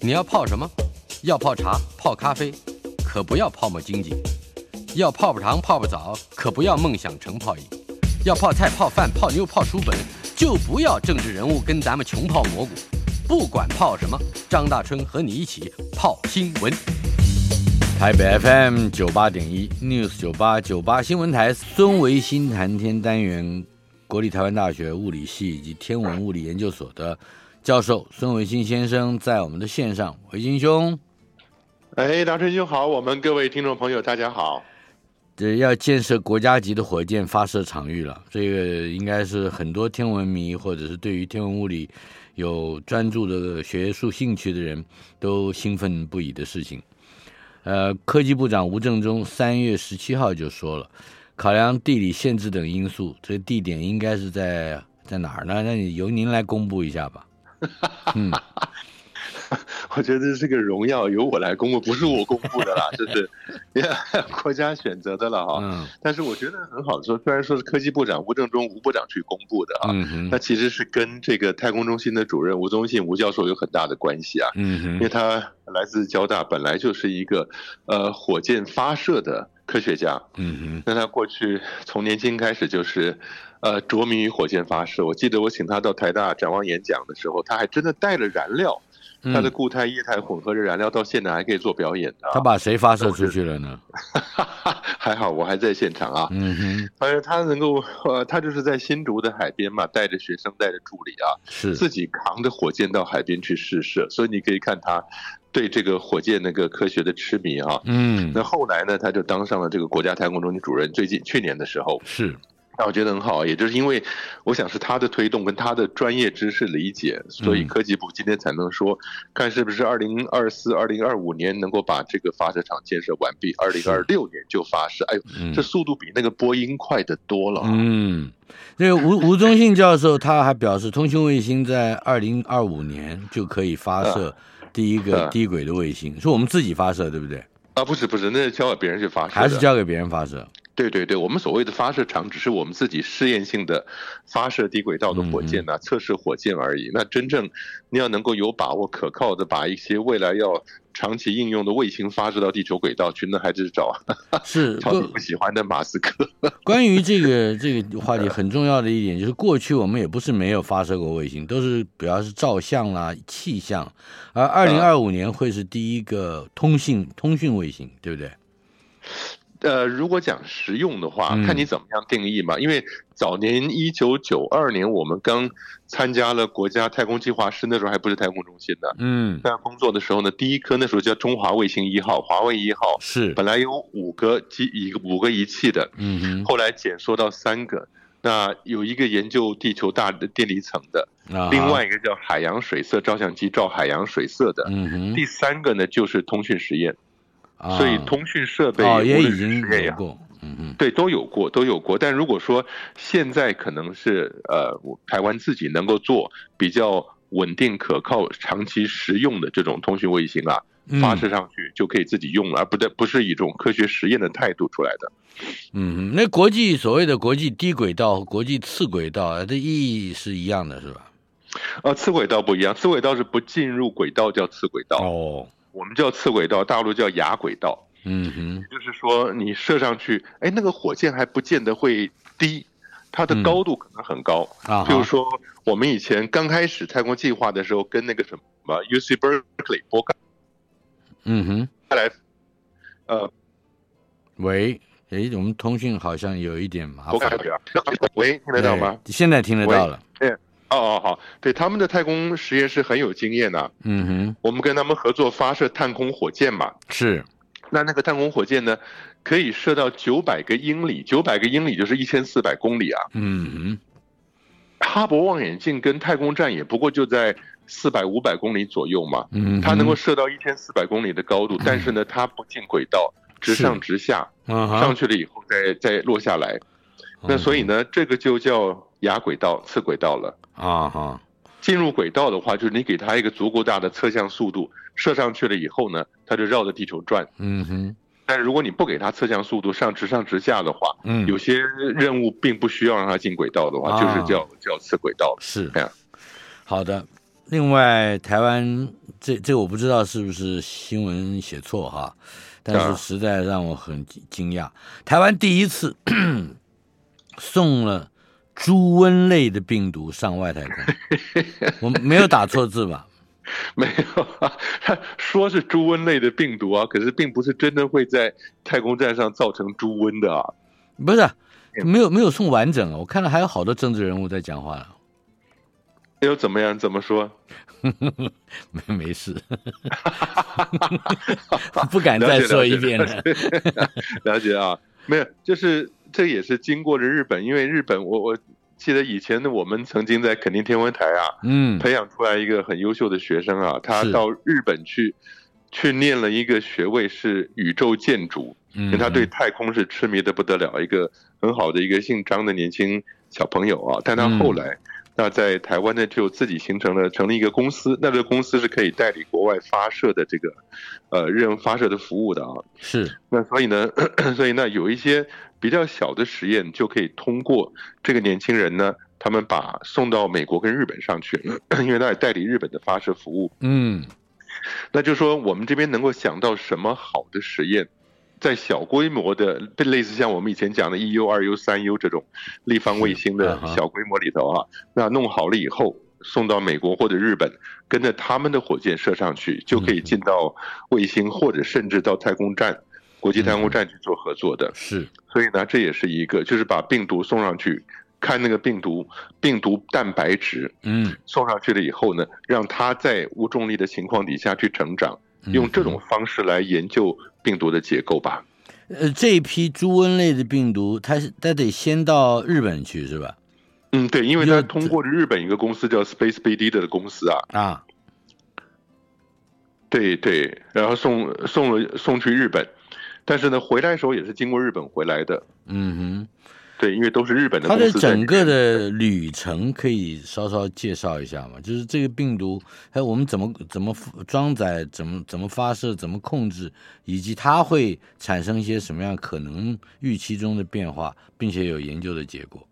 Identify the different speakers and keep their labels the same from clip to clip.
Speaker 1: 你要泡什么？要泡茶、泡咖啡，可不要泡沫经济；要泡泡糖、泡泡澡，可不要梦想成泡影；要泡菜、泡饭、泡妞、泡书本，就不要政治人物跟咱们穷泡蘑菇。不管泡什么，张大春和你一起泡新闻。
Speaker 2: 台北 FM 九八点一 News 九八九八新闻台孙维新谈天单元，国立台湾大学物理系以及天文物理研究所的教授孙维新先生在我们的线上，维新兄，
Speaker 3: 哎，梁晨兄好，我们各位听众朋友大家好。
Speaker 2: 这要建设国家级的火箭发射场域了，这个应该是很多天文迷或者是对于天文物理有专注的学术兴趣的人都兴奋不已的事情。呃，科技部长吴正中三月十七号就说了，考量地理限制等因素，这地点应该是在在哪儿呢？那你由您来公布一 下吧。嗯，
Speaker 3: 我觉得这个荣耀由我来公布，不是我公布的啦，这 是 国家选择的了哈、
Speaker 2: 嗯
Speaker 3: 但是我觉得很好说，虽然说是科技部长吴正中吴部长去公布的啊，
Speaker 2: 嗯哼，
Speaker 3: 那其实是跟这个太空中心的主任吴宗信吴教授有很大的关系啊。
Speaker 2: 嗯
Speaker 3: 因为
Speaker 2: 哼，
Speaker 3: 他来自交大，本来就是一个呃火箭发射的科学家。
Speaker 2: 嗯
Speaker 3: 那他过去从年轻开始就是，呃，着迷于火箭发射。我记得我请他到台大展望演讲的时候，他还真的带了燃料，
Speaker 2: 哼，
Speaker 3: 他的固态、液态混合的燃料到现场还可以做表演的、
Speaker 2: 他
Speaker 3: 啊。
Speaker 2: 把谁发射出去了呢？
Speaker 3: 还好我还在现场啊。
Speaker 2: 嗯哼，
Speaker 3: 反正他能够，呃，他就是在新竹的海边嘛，带着学生，带着助理啊，
Speaker 2: 是，
Speaker 3: 自己扛着火箭到海边去试射。所以你可以看他对这个火箭那个科学的痴迷啊。
Speaker 2: 嗯，
Speaker 3: 那后来呢，他就当上了这个国家太空中心主任。最近去年的时候，
Speaker 2: 是，
Speaker 3: 那我觉得很好，啊也就是因为我想是他的推动跟他的专业知识理解，所以
Speaker 2: 嗯
Speaker 3: 科技部今天才能说，看是不是二零二四、二零二五年能够把这个发射场建设完毕，二零二六年就发射。哎呦，
Speaker 2: 嗯
Speaker 3: 这速度比那个波音快得多了啊。
Speaker 2: 嗯，那个吴吴宗信教授他还表示，通讯卫星在二零二五年就可以发射第一个
Speaker 3: 嗯
Speaker 2: 低轨的卫星，是我们自己发射，对不对？
Speaker 3: 啊，不是不是，那是交给别人去发射的，
Speaker 2: 还是交给别人发射？
Speaker 3: 对对对，我们所谓的发射场只是我们自己试验性的发射低轨道的火
Speaker 2: 嗯
Speaker 3: 箭呐、啊测试火箭而已。那真正你要能够有把握、可靠的把一些未来要长期应用的卫星发射到地球轨道去，那还是找
Speaker 2: 是
Speaker 3: 找你
Speaker 2: 不
Speaker 3: 不喜欢的马斯克。
Speaker 2: 关于这个这个话题很重要的一点就是，过去我们也不是没有发射过卫星，都是主要是照相啦、气象，而二零二五年会是第一个通信通讯卫星，对不对？
Speaker 3: 呃，如果讲实用的话
Speaker 2: 嗯，
Speaker 3: 看你怎么样定义嘛。因为早年一九九二年我们刚参加了国家太空计划师，那时候还不是太空中心呢。
Speaker 2: 嗯，
Speaker 3: 在工作的时候呢，第一颗那时候叫中华卫星一号、华为一号，
Speaker 2: 是，
Speaker 3: 本来有五个机一个五个仪器的，
Speaker 2: 嗯
Speaker 3: 后来减缩到三个。那有一个研究地球大的电离层的，
Speaker 2: 哼，啊，
Speaker 3: 另，外一个叫海洋水色照相机照海洋水色的，
Speaker 2: 嗯哼，
Speaker 3: 第三个呢就是通讯实验。
Speaker 2: 啊
Speaker 3: 所以通讯设备
Speaker 2: 哦也
Speaker 3: 无论
Speaker 2: 已
Speaker 3: 是
Speaker 2: 经
Speaker 3: 实验也
Speaker 2: 有
Speaker 3: 好，
Speaker 2: 过，嗯嗯。
Speaker 3: 对，都有过，都有过。但如果说现在可能是呃，我台湾自己能够做比较稳定、可靠、长期实用的这种通讯卫星啊，
Speaker 2: 嗯
Speaker 3: 发射上去就可以自己用了，而不得不是一种科学实验的态度出来的。
Speaker 2: 嗯哼，那国际所谓的国际低轨道和国际次轨道，呃这意义是一样的，是吧？
Speaker 3: 呃，次轨道不一样，次轨道是不进入轨道叫次轨道，
Speaker 2: 哦，
Speaker 3: 我们叫次轨道，大陆叫亚轨道。
Speaker 2: 嗯哼，
Speaker 3: 就是说你射上去，哎，那个火箭还不见得会低，它的高度可能很高。
Speaker 2: 嗯啊哈，
Speaker 3: 就是说，我们以前刚开始太空计划的时候，跟那个什么 UC Berkeley 伯克
Speaker 2: 嗯哼，
Speaker 3: 莱，呃，
Speaker 2: 喂，诶，我们通讯好像有一点麻
Speaker 3: 伯克
Speaker 2: 烦
Speaker 3: 莱，表，啊喂，听得到吗？
Speaker 2: 啊对？现在听得到了，
Speaker 3: 哦哦好，对，他们的太空实验室很有经验呐、
Speaker 2: 嗯哼，
Speaker 3: 我们跟他们合作发射探空火箭嘛，
Speaker 2: 是，
Speaker 3: 那那个探空火箭呢，可以射到九百个英里，九百个英里就是一千四百公里啊。
Speaker 2: 嗯
Speaker 3: 哈勃望远镜跟太空站也不过就在四百五百公里左右嘛
Speaker 2: 哼，，嗯哼，
Speaker 3: 它能够射到一千四百公里的高度，但是呢，它不进轨道，直上直下，
Speaker 2: 嗯哼，嗯
Speaker 3: 上去了以后再再落下来。
Speaker 2: 啊
Speaker 3: 那所以呢，这个就叫亚轨道、次轨道了。
Speaker 2: 啊哈，
Speaker 3: 进入轨道的话，就是你给它一个足够大的侧向速度，射上去了以后呢，它就绕着地球转。
Speaker 2: 嗯哼，
Speaker 3: 但是如果你不给它侧向速度，上直上直下的话，
Speaker 2: 嗯，啊
Speaker 3: 有些任务并不需要让它进轨道的话，就是叫叫次轨道了。
Speaker 2: 是
Speaker 3: 哎呀，
Speaker 2: 好的。另外，台湾这这我不知道是不是新闻写错哈，但是
Speaker 3: 啊
Speaker 2: 实在让我很惊惊讶。台湾第一次 送了猪瘟类的病毒上外太 空，我没有打错字吧？
Speaker 3: 没有啊，他说是猪瘟类的病毒啊，可是并不是真的会在太空站上造成猪瘟的啊。
Speaker 2: 不是，
Speaker 3: 嗯
Speaker 2: 没有没有送完整啊！我看到还有好多政治人物在讲话了，
Speaker 3: 又哎怎么样？怎么说？
Speaker 2: 没没事， 不敢再说一遍了。
Speaker 3: 了解啊，没有，就是这也是经过了日本，因为日本，我我记得以前的我们曾经在垦丁天文台啊，
Speaker 2: 嗯
Speaker 3: 培养出来一个很优秀的学生啊，他
Speaker 2: 是
Speaker 3: 到日本去去念了一个学位是宇宙建筑，因
Speaker 2: 嗯，
Speaker 3: 为他对太空是痴迷的不得了，一个很好的一个姓张的年轻小朋友啊。但他后来，那在台湾呢，就自己形成了成立一个公司，那这个公司是可以代理国外发射的这个，呃，任务发射的服务的啊。
Speaker 2: 是
Speaker 3: 那所以呢， 所以呢，有一些比较小的实验就可以通过这个年轻人呢，他们把送到美国跟日本上去，因为他也代理日本的发射服务。
Speaker 2: 嗯
Speaker 3: 那就说我们这边能够想到什么好的实验，在小规模的，类似像我们以前讲的一 U、二 U、三 U 这种立方卫星的
Speaker 2: 是啊哈
Speaker 3: 小规模里头啊，那弄好了以后。送到美国或者日本，跟着他们的火箭射上去，就可以进到卫星或者甚至到太空站、国际太空站去做合作的。
Speaker 2: 是，
Speaker 3: 所以呢，这也是一个，就是把病毒送上去，看那个病毒病毒蛋白质
Speaker 2: 嗯，
Speaker 3: 送上去了以后呢，让它在无重力的情况底下去成长，
Speaker 2: 嗯
Speaker 3: 用这种方式来研究病毒的结构吧。
Speaker 2: 呃，这一批猪瘟类的病毒，它是它得先到日本去是吧？
Speaker 3: 嗯，对，因为
Speaker 2: 要
Speaker 3: 它通过日本一个公司叫 SpaceBD 的公司啊，
Speaker 2: 啊，
Speaker 3: 对对，然后送送了送去日本，但是呢，回来的时候也是经过日本回来的，
Speaker 2: 嗯
Speaker 3: 对，因为都是日本
Speaker 2: 哼，
Speaker 3: 的
Speaker 2: 它
Speaker 3: 公
Speaker 2: 的
Speaker 3: 司在
Speaker 2: 整个的旅程可以稍稍介绍一下吗？就是这个病毒，还有我们怎么怎么装载，怎么怎么发射，怎么控制，以及它会产生一些什么样可能预期中的变化，并且有研究的结果。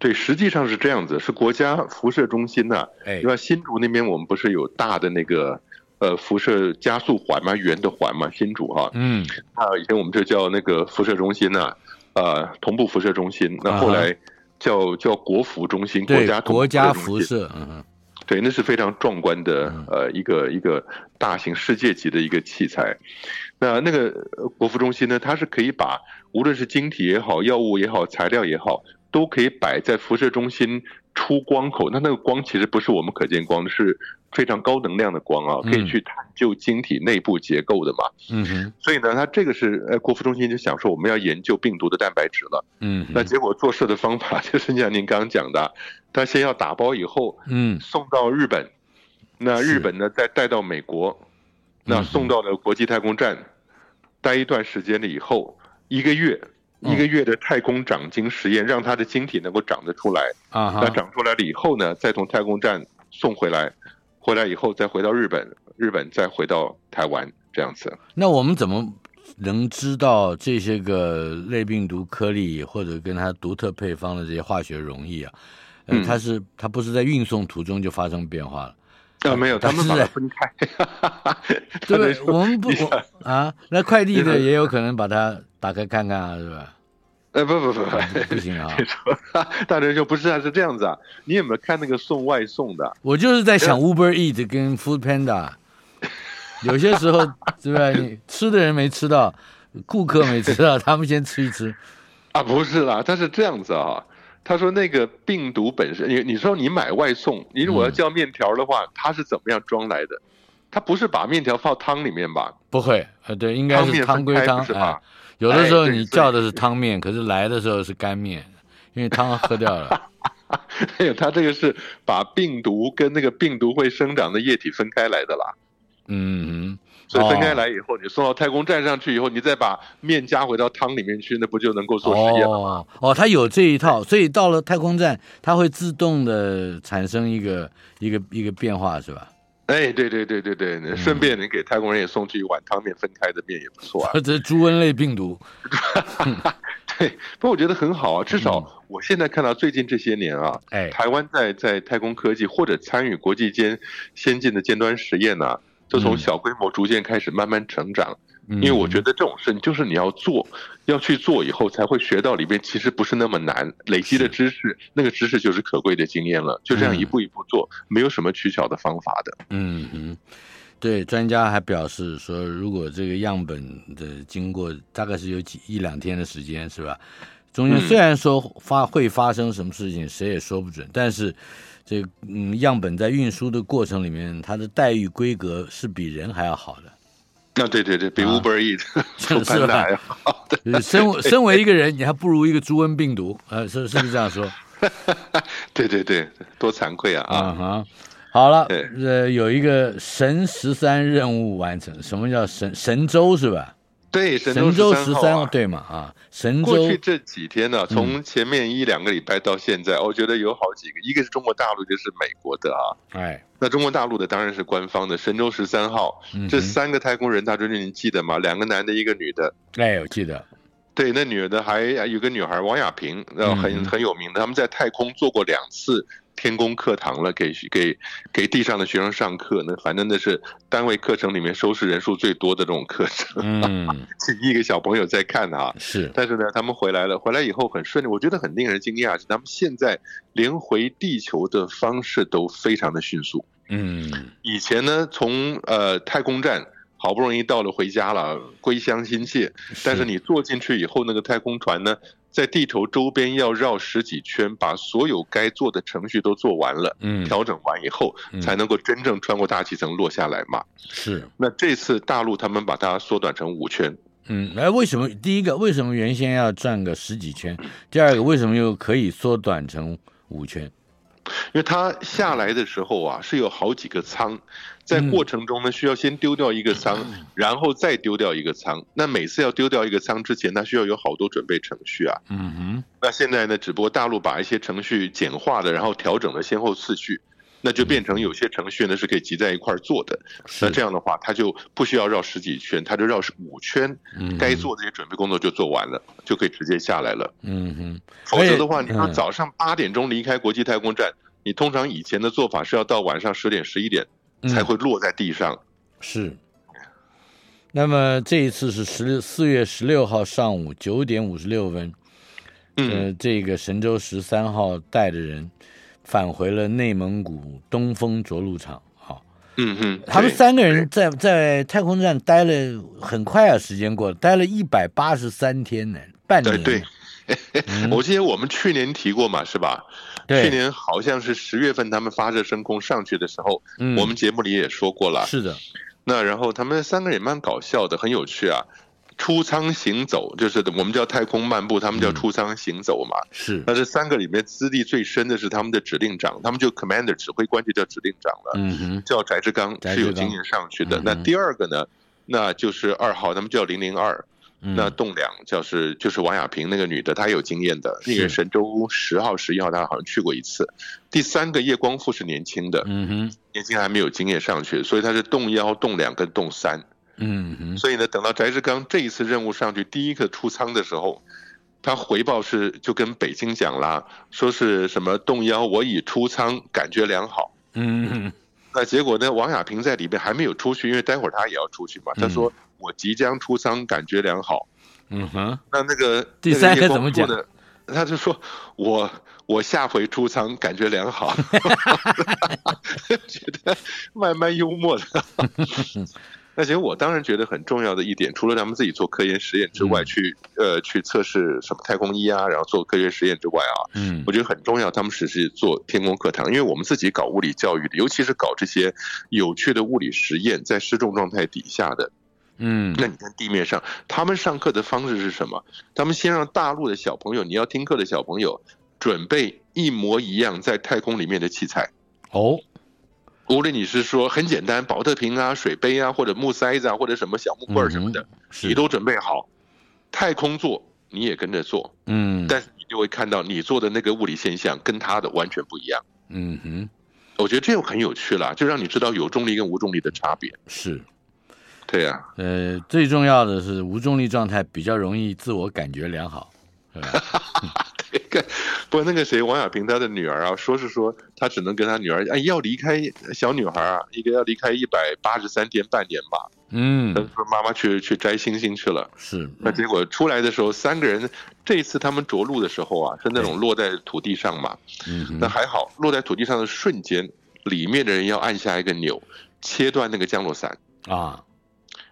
Speaker 3: 对，实际上是这样子，是国家辐射中心呐、
Speaker 2: 哎
Speaker 3: 另外，新竹那边我们不是有大的那个呃辐射加速环嘛，圆的环嘛，新竹啊哈、
Speaker 2: 嗯
Speaker 3: 那以前我们就叫那个辐射中心呐、呃，同步辐射中心。那后来叫、叫国服中心，国
Speaker 2: 啊对
Speaker 3: 家，同
Speaker 2: 国家
Speaker 3: 中
Speaker 2: 辐
Speaker 3: 心，
Speaker 2: 射，嗯哼，
Speaker 3: 对，那是非常壮观的
Speaker 2: 嗯
Speaker 3: 呃一个一个大型世界级的一个器材。那那个呃国服中心呢，它是可以把无论是晶体也好、药物也好、材料也好，都可以摆在辐射中心出光口。那那个光其实不是我们可见光，是非常高能量的光啊，可以
Speaker 2: 嗯
Speaker 3: 去探究晶体内部结构的嘛。
Speaker 2: 嗯哼，
Speaker 3: 所以呢，它这个是呃，国服中心就想说我们要研究病毒的蛋白质了。
Speaker 2: 嗯
Speaker 3: 那
Speaker 2: 哼，
Speaker 3: 结果做事的方法 就是像您刚刚讲的，他先要打包以后
Speaker 2: 嗯
Speaker 3: 送到日本，那
Speaker 2: 是
Speaker 3: 日本呢再带到美国，
Speaker 2: 嗯
Speaker 3: 那
Speaker 2: 哼
Speaker 3: 送到了国际太空站，待一段时间了以后，一个月。
Speaker 2: 嗯
Speaker 3: 一个月的太空长晶实验，让它的晶体能够长得出来。
Speaker 2: 啊
Speaker 3: 那
Speaker 2: 哈，
Speaker 3: 长出来了以后呢，再从太空站送回来，回来以后再回到日本，日本再回到台湾，这样子。
Speaker 2: 那我们怎么能知道这些个类病毒颗粒或者跟它独特配方的这些化学溶液啊？呃，
Speaker 3: 嗯
Speaker 2: 它是它不是在运送途中就发生变化了？
Speaker 3: 啊， 没有，他们把它
Speaker 2: 是
Speaker 3: 分开。
Speaker 2: 对
Speaker 3: 他
Speaker 2: 不
Speaker 3: 在
Speaker 2: 对？
Speaker 3: 说，
Speaker 2: 我们不
Speaker 3: 你想
Speaker 2: 我啊，那快递的
Speaker 3: 就是
Speaker 2: 也有可能把它打开看看啊，是 吧？
Speaker 3: 呃，不不不
Speaker 2: 啊不
Speaker 3: 不，
Speaker 2: 行啊！
Speaker 3: 大人就不是啊，是这样子啊。你有没有看那个送外送的？
Speaker 2: 我就是在想 Uber Eat 跟 Food Panda，有些时候对吧？你吃的人没吃到，顾客没吃到，他们先吃一吃。
Speaker 3: 啊，不是啦，他是这样子啊。他说那个病毒本身，你你说你买外送，你如果要
Speaker 2: 嗯
Speaker 3: 叫面条的话，它是怎么样装来的？它不是把面条放汤里面吧？
Speaker 2: 不会，呃，对，应该
Speaker 3: 汤
Speaker 2: 是
Speaker 3: 面
Speaker 2: 汤
Speaker 3: 分
Speaker 2: 归
Speaker 3: 开
Speaker 2: 汤，
Speaker 3: 不是
Speaker 2: 哎
Speaker 3: 吧，
Speaker 2: 有的时候
Speaker 3: 哎对
Speaker 2: 你
Speaker 3: 所以
Speaker 2: 叫的是汤面，可是来的时候是干面，因为汤喝掉 了。
Speaker 3: 哎呦，他这个是把病毒跟那个病毒会生长的液体分开来的啦。
Speaker 2: 嗯
Speaker 3: 所以分开
Speaker 2: 哦
Speaker 3: 来以后，你送到太空站上去以后，你再把面加回到汤里面去，那不就能够
Speaker 2: 哼，
Speaker 3: 做实验了？
Speaker 2: 哦哦，它有这一套，所以到了太空站，它会自动的产生一个一个一个变化，是吧？
Speaker 3: 哎，对对对对
Speaker 2: 嗯。
Speaker 3: 对，顺便你给太空人也送去一碗汤面分开的面也不错啊
Speaker 2: 这是猪瘟类病毒，
Speaker 3: 对，不过我觉得很好啊，至
Speaker 2: 嗯
Speaker 3: 少我现在看到最近这些年啊，
Speaker 2: 哎，
Speaker 3: 台湾在在太空科技或者参与国际间先进的尖端实验呢、就从
Speaker 2: 嗯
Speaker 3: 小规模逐渐开始慢慢成长。因为我觉
Speaker 2: 得，
Speaker 3: 得这种事情就是你要做，要去做以后才会学到里边其实不是那么难，累积的知识，那个知识就是可贵的经验了。就这样一步一步做，没有什么取巧的方法的。
Speaker 2: 嗯哼，对，专家还表示说，如果这个样本的经过大概是有几一两天的时间，是吧？中间
Speaker 3: 嗯
Speaker 2: 虽然说发会发生什么事情，谁也说不准，但是这个嗯样本在运输的过程里面，它的待遇规格是比人还要好 的。
Speaker 3: 那对对对，比
Speaker 2: 啊
Speaker 3: Uber Eat
Speaker 2: 是是
Speaker 3: 和 潘
Speaker 2: 吧
Speaker 3: 达呀，
Speaker 2: 就是 身为身为一个人，你还不如一个猪瘟病毒，呃，是是不是这样说？
Speaker 3: 对对对，多惭愧 啊
Speaker 2: 啊
Speaker 3: 啊！
Speaker 2: 哈，好了，
Speaker 3: 对
Speaker 2: 呃，有一个神十三任务完成，什么叫神神舟是吧？
Speaker 3: 对，神
Speaker 2: 神舟
Speaker 3: 十
Speaker 2: 十
Speaker 3: 三
Speaker 2: 三、
Speaker 3: 号啊。
Speaker 2: 对嘛啊，神
Speaker 3: 过
Speaker 2: 舟嗯
Speaker 3: 去这几天呢、从前面一两个礼拜到现在，我觉得有好几个，一个是中国大陆，一个是美国的啊。
Speaker 2: 哎，
Speaker 3: 那中国大陆的当然是官方的神舟十三号，
Speaker 2: 嗯哼
Speaker 3: 这三个太空人，大专你记得吗？两个男的，一个女的。
Speaker 2: 哎，我记得，
Speaker 3: 对，那女的还有个女孩王亚平，呃，
Speaker 2: 嗯
Speaker 3: 很很有名的。他们在太空做过两次天宫课堂了，给给给地上的学生上课。那反正那是单位课程里面收视人数最多的这种课程，
Speaker 2: 嗯，
Speaker 3: 几亿个小朋友在看啊。
Speaker 2: 是，
Speaker 3: 但是呢，他们回来了，回来以后很顺利，我觉得很令人惊讶，是他们现在连回地球的方式都非常的迅速。
Speaker 2: 嗯，
Speaker 3: 以前呢，从呃太空站好不容易到了回家了，归乡心切，但是你坐进去以后，那个太空船呢，在地球周边要绕十几圈，把所有该做的程序都做完了。
Speaker 2: 嗯，
Speaker 3: 调整完以后
Speaker 2: 嗯，
Speaker 3: 才能够真正穿过大气层落下来嘛。
Speaker 2: 是，
Speaker 3: 那这次大陆他们把它缩短成五圈，
Speaker 2: 嗯，哎，为什么第一个为什么原先要转个十几圈，第二个为什么又可以缩短成五圈？
Speaker 3: 因为它下来的时候啊是有好几个
Speaker 2: 嗯
Speaker 3: 舱，在过程中呢需要先丢掉一个舱，然后再丢掉一个舱。那每次要丢掉一个舱之前，它需要有好多准备程序啊。
Speaker 2: 嗯哼，
Speaker 3: 那现在呢，只不过大陆把一些程序简化了，然后调整了先后次序，那就变成有些程序呢是可以集在一块儿做的。
Speaker 2: 是
Speaker 3: 那这样的话，它就不需要绕十几圈，它就绕十五圈，
Speaker 2: 嗯
Speaker 3: 该做的这些准备工作就做完了，就可以直接下来了。
Speaker 2: 嗯哼，
Speaker 3: 否则的话，
Speaker 2: 哎
Speaker 3: 你说
Speaker 2: 嗯
Speaker 3: 早上八点钟离开国际太空站，你通常以前的做法是要到晚上十点、十一点
Speaker 2: 嗯
Speaker 3: 才会落在地上。
Speaker 2: 是。那么这一次是十六四月十六号上午九点五十六分，
Speaker 3: 嗯，
Speaker 2: 呃，这个神舟十三号带的人返回了内蒙古东风着陆场。啊，
Speaker 3: 嗯嗯，
Speaker 2: 他们
Speaker 3: 对
Speaker 2: 三个人在在太空站待了很快啊，时间过了，待了一百八十三天呢，半
Speaker 3: 对
Speaker 2: 年。
Speaker 3: 对， 我记得我们去年提过嘛，是吧？
Speaker 2: 对
Speaker 3: 去年好像是十月份他们发射升空上去的时候，
Speaker 2: 嗯
Speaker 3: 我们节目里也说过了。
Speaker 2: 是的，
Speaker 3: 那然后他们三个人也蛮搞笑的，很有趣啊。出舱行走就是我们叫太空漫步，他们叫
Speaker 2: 嗯
Speaker 3: 出舱行走嘛。
Speaker 2: 是，
Speaker 3: 那这三个里面资历最深的是他们的指令长，他们就 commander 指挥官就叫指令长了。
Speaker 2: 嗯哼，
Speaker 3: 叫翟志刚
Speaker 2: 翟志刚
Speaker 3: 是有经验上去的
Speaker 2: 嗯。
Speaker 3: 那第二个呢，那就是二号，他们叫零零二。
Speaker 2: 嗯
Speaker 3: 那栋梁就是就是王亚平那个女的，她有经验的，
Speaker 2: 是
Speaker 3: 那个神舟十号、十一号，她好像去过一次。第三个叶光富是年轻的，
Speaker 2: 嗯哼，
Speaker 3: 年轻还没有经验上去，所以他是栋幺、栋两跟栋三。
Speaker 2: 嗯哼，
Speaker 3: 所以呢，等到翟志刚这一次任务上去第一个出舱的时候，他回报是就跟北京讲啦，说是什么栋幺我已出舱，感觉良好。
Speaker 2: 嗯哼，
Speaker 3: 那结果呢？王亚平在里面还没有出去，因为待会儿他也要出去嘛。
Speaker 2: 嗯
Speaker 3: 他说：“我即将出舱，感觉良好。
Speaker 2: 嗯哼，”
Speaker 3: 那那个
Speaker 2: 第三个
Speaker 3: 个
Speaker 2: 怎么讲
Speaker 3: 的？他就说：“我我下回出舱感觉 良好。”觉得慢慢幽 默的。那其实我当然觉得很重要的一点，除了咱们自己做科研实验之外，
Speaker 2: 嗯
Speaker 3: 去呃去测试什么太空衣啊，然后做科学实验之外啊，
Speaker 2: 嗯
Speaker 3: 我觉得很重要，他们只是做天宫课堂，因为我们自己搞物理教育的，尤其是搞这些有趣的物理实验，在失重状态底下的。
Speaker 2: 嗯，
Speaker 3: 那你看地面上，他们上课的方式是什么？他们先让大陆的小朋友，你要听课的小朋友，准备一模一样在太空里面的器材。
Speaker 2: 哦，
Speaker 3: 无论你是说很简单，保特瓶啊、水杯啊，或者木塞子啊，或者什么小木棍儿什么的，
Speaker 2: 嗯是
Speaker 3: 你都准备好，太空做你也跟着做，
Speaker 2: 嗯，
Speaker 3: 但是你就会看到你做的那个物理现象跟他的完全不一样。
Speaker 2: 嗯哼，
Speaker 3: 我觉得这又很有趣了，就让你知道有重力跟无重力的差别。
Speaker 2: 是。
Speaker 3: 对呀、啊
Speaker 2: 呃，最重要的是无重力状态比较容易自我感觉良好，
Speaker 3: 这个不，那个谁，王亚平他的女儿啊，说是说他只能跟他女儿，哎，要离开小女孩啊，一个要离开一百八十三天半年吧。
Speaker 2: 嗯
Speaker 3: 他，说妈妈去去摘星星去了。
Speaker 2: 是，
Speaker 3: 那结果出来的时候，三个人这一次他们着陆的时候啊，是那种落在土地上嘛。
Speaker 2: 嗯
Speaker 3: 那
Speaker 2: 哼，
Speaker 3: 还好，落在土地上的瞬间，里面的人要按下一个钮，切断那个降落伞。
Speaker 2: 啊，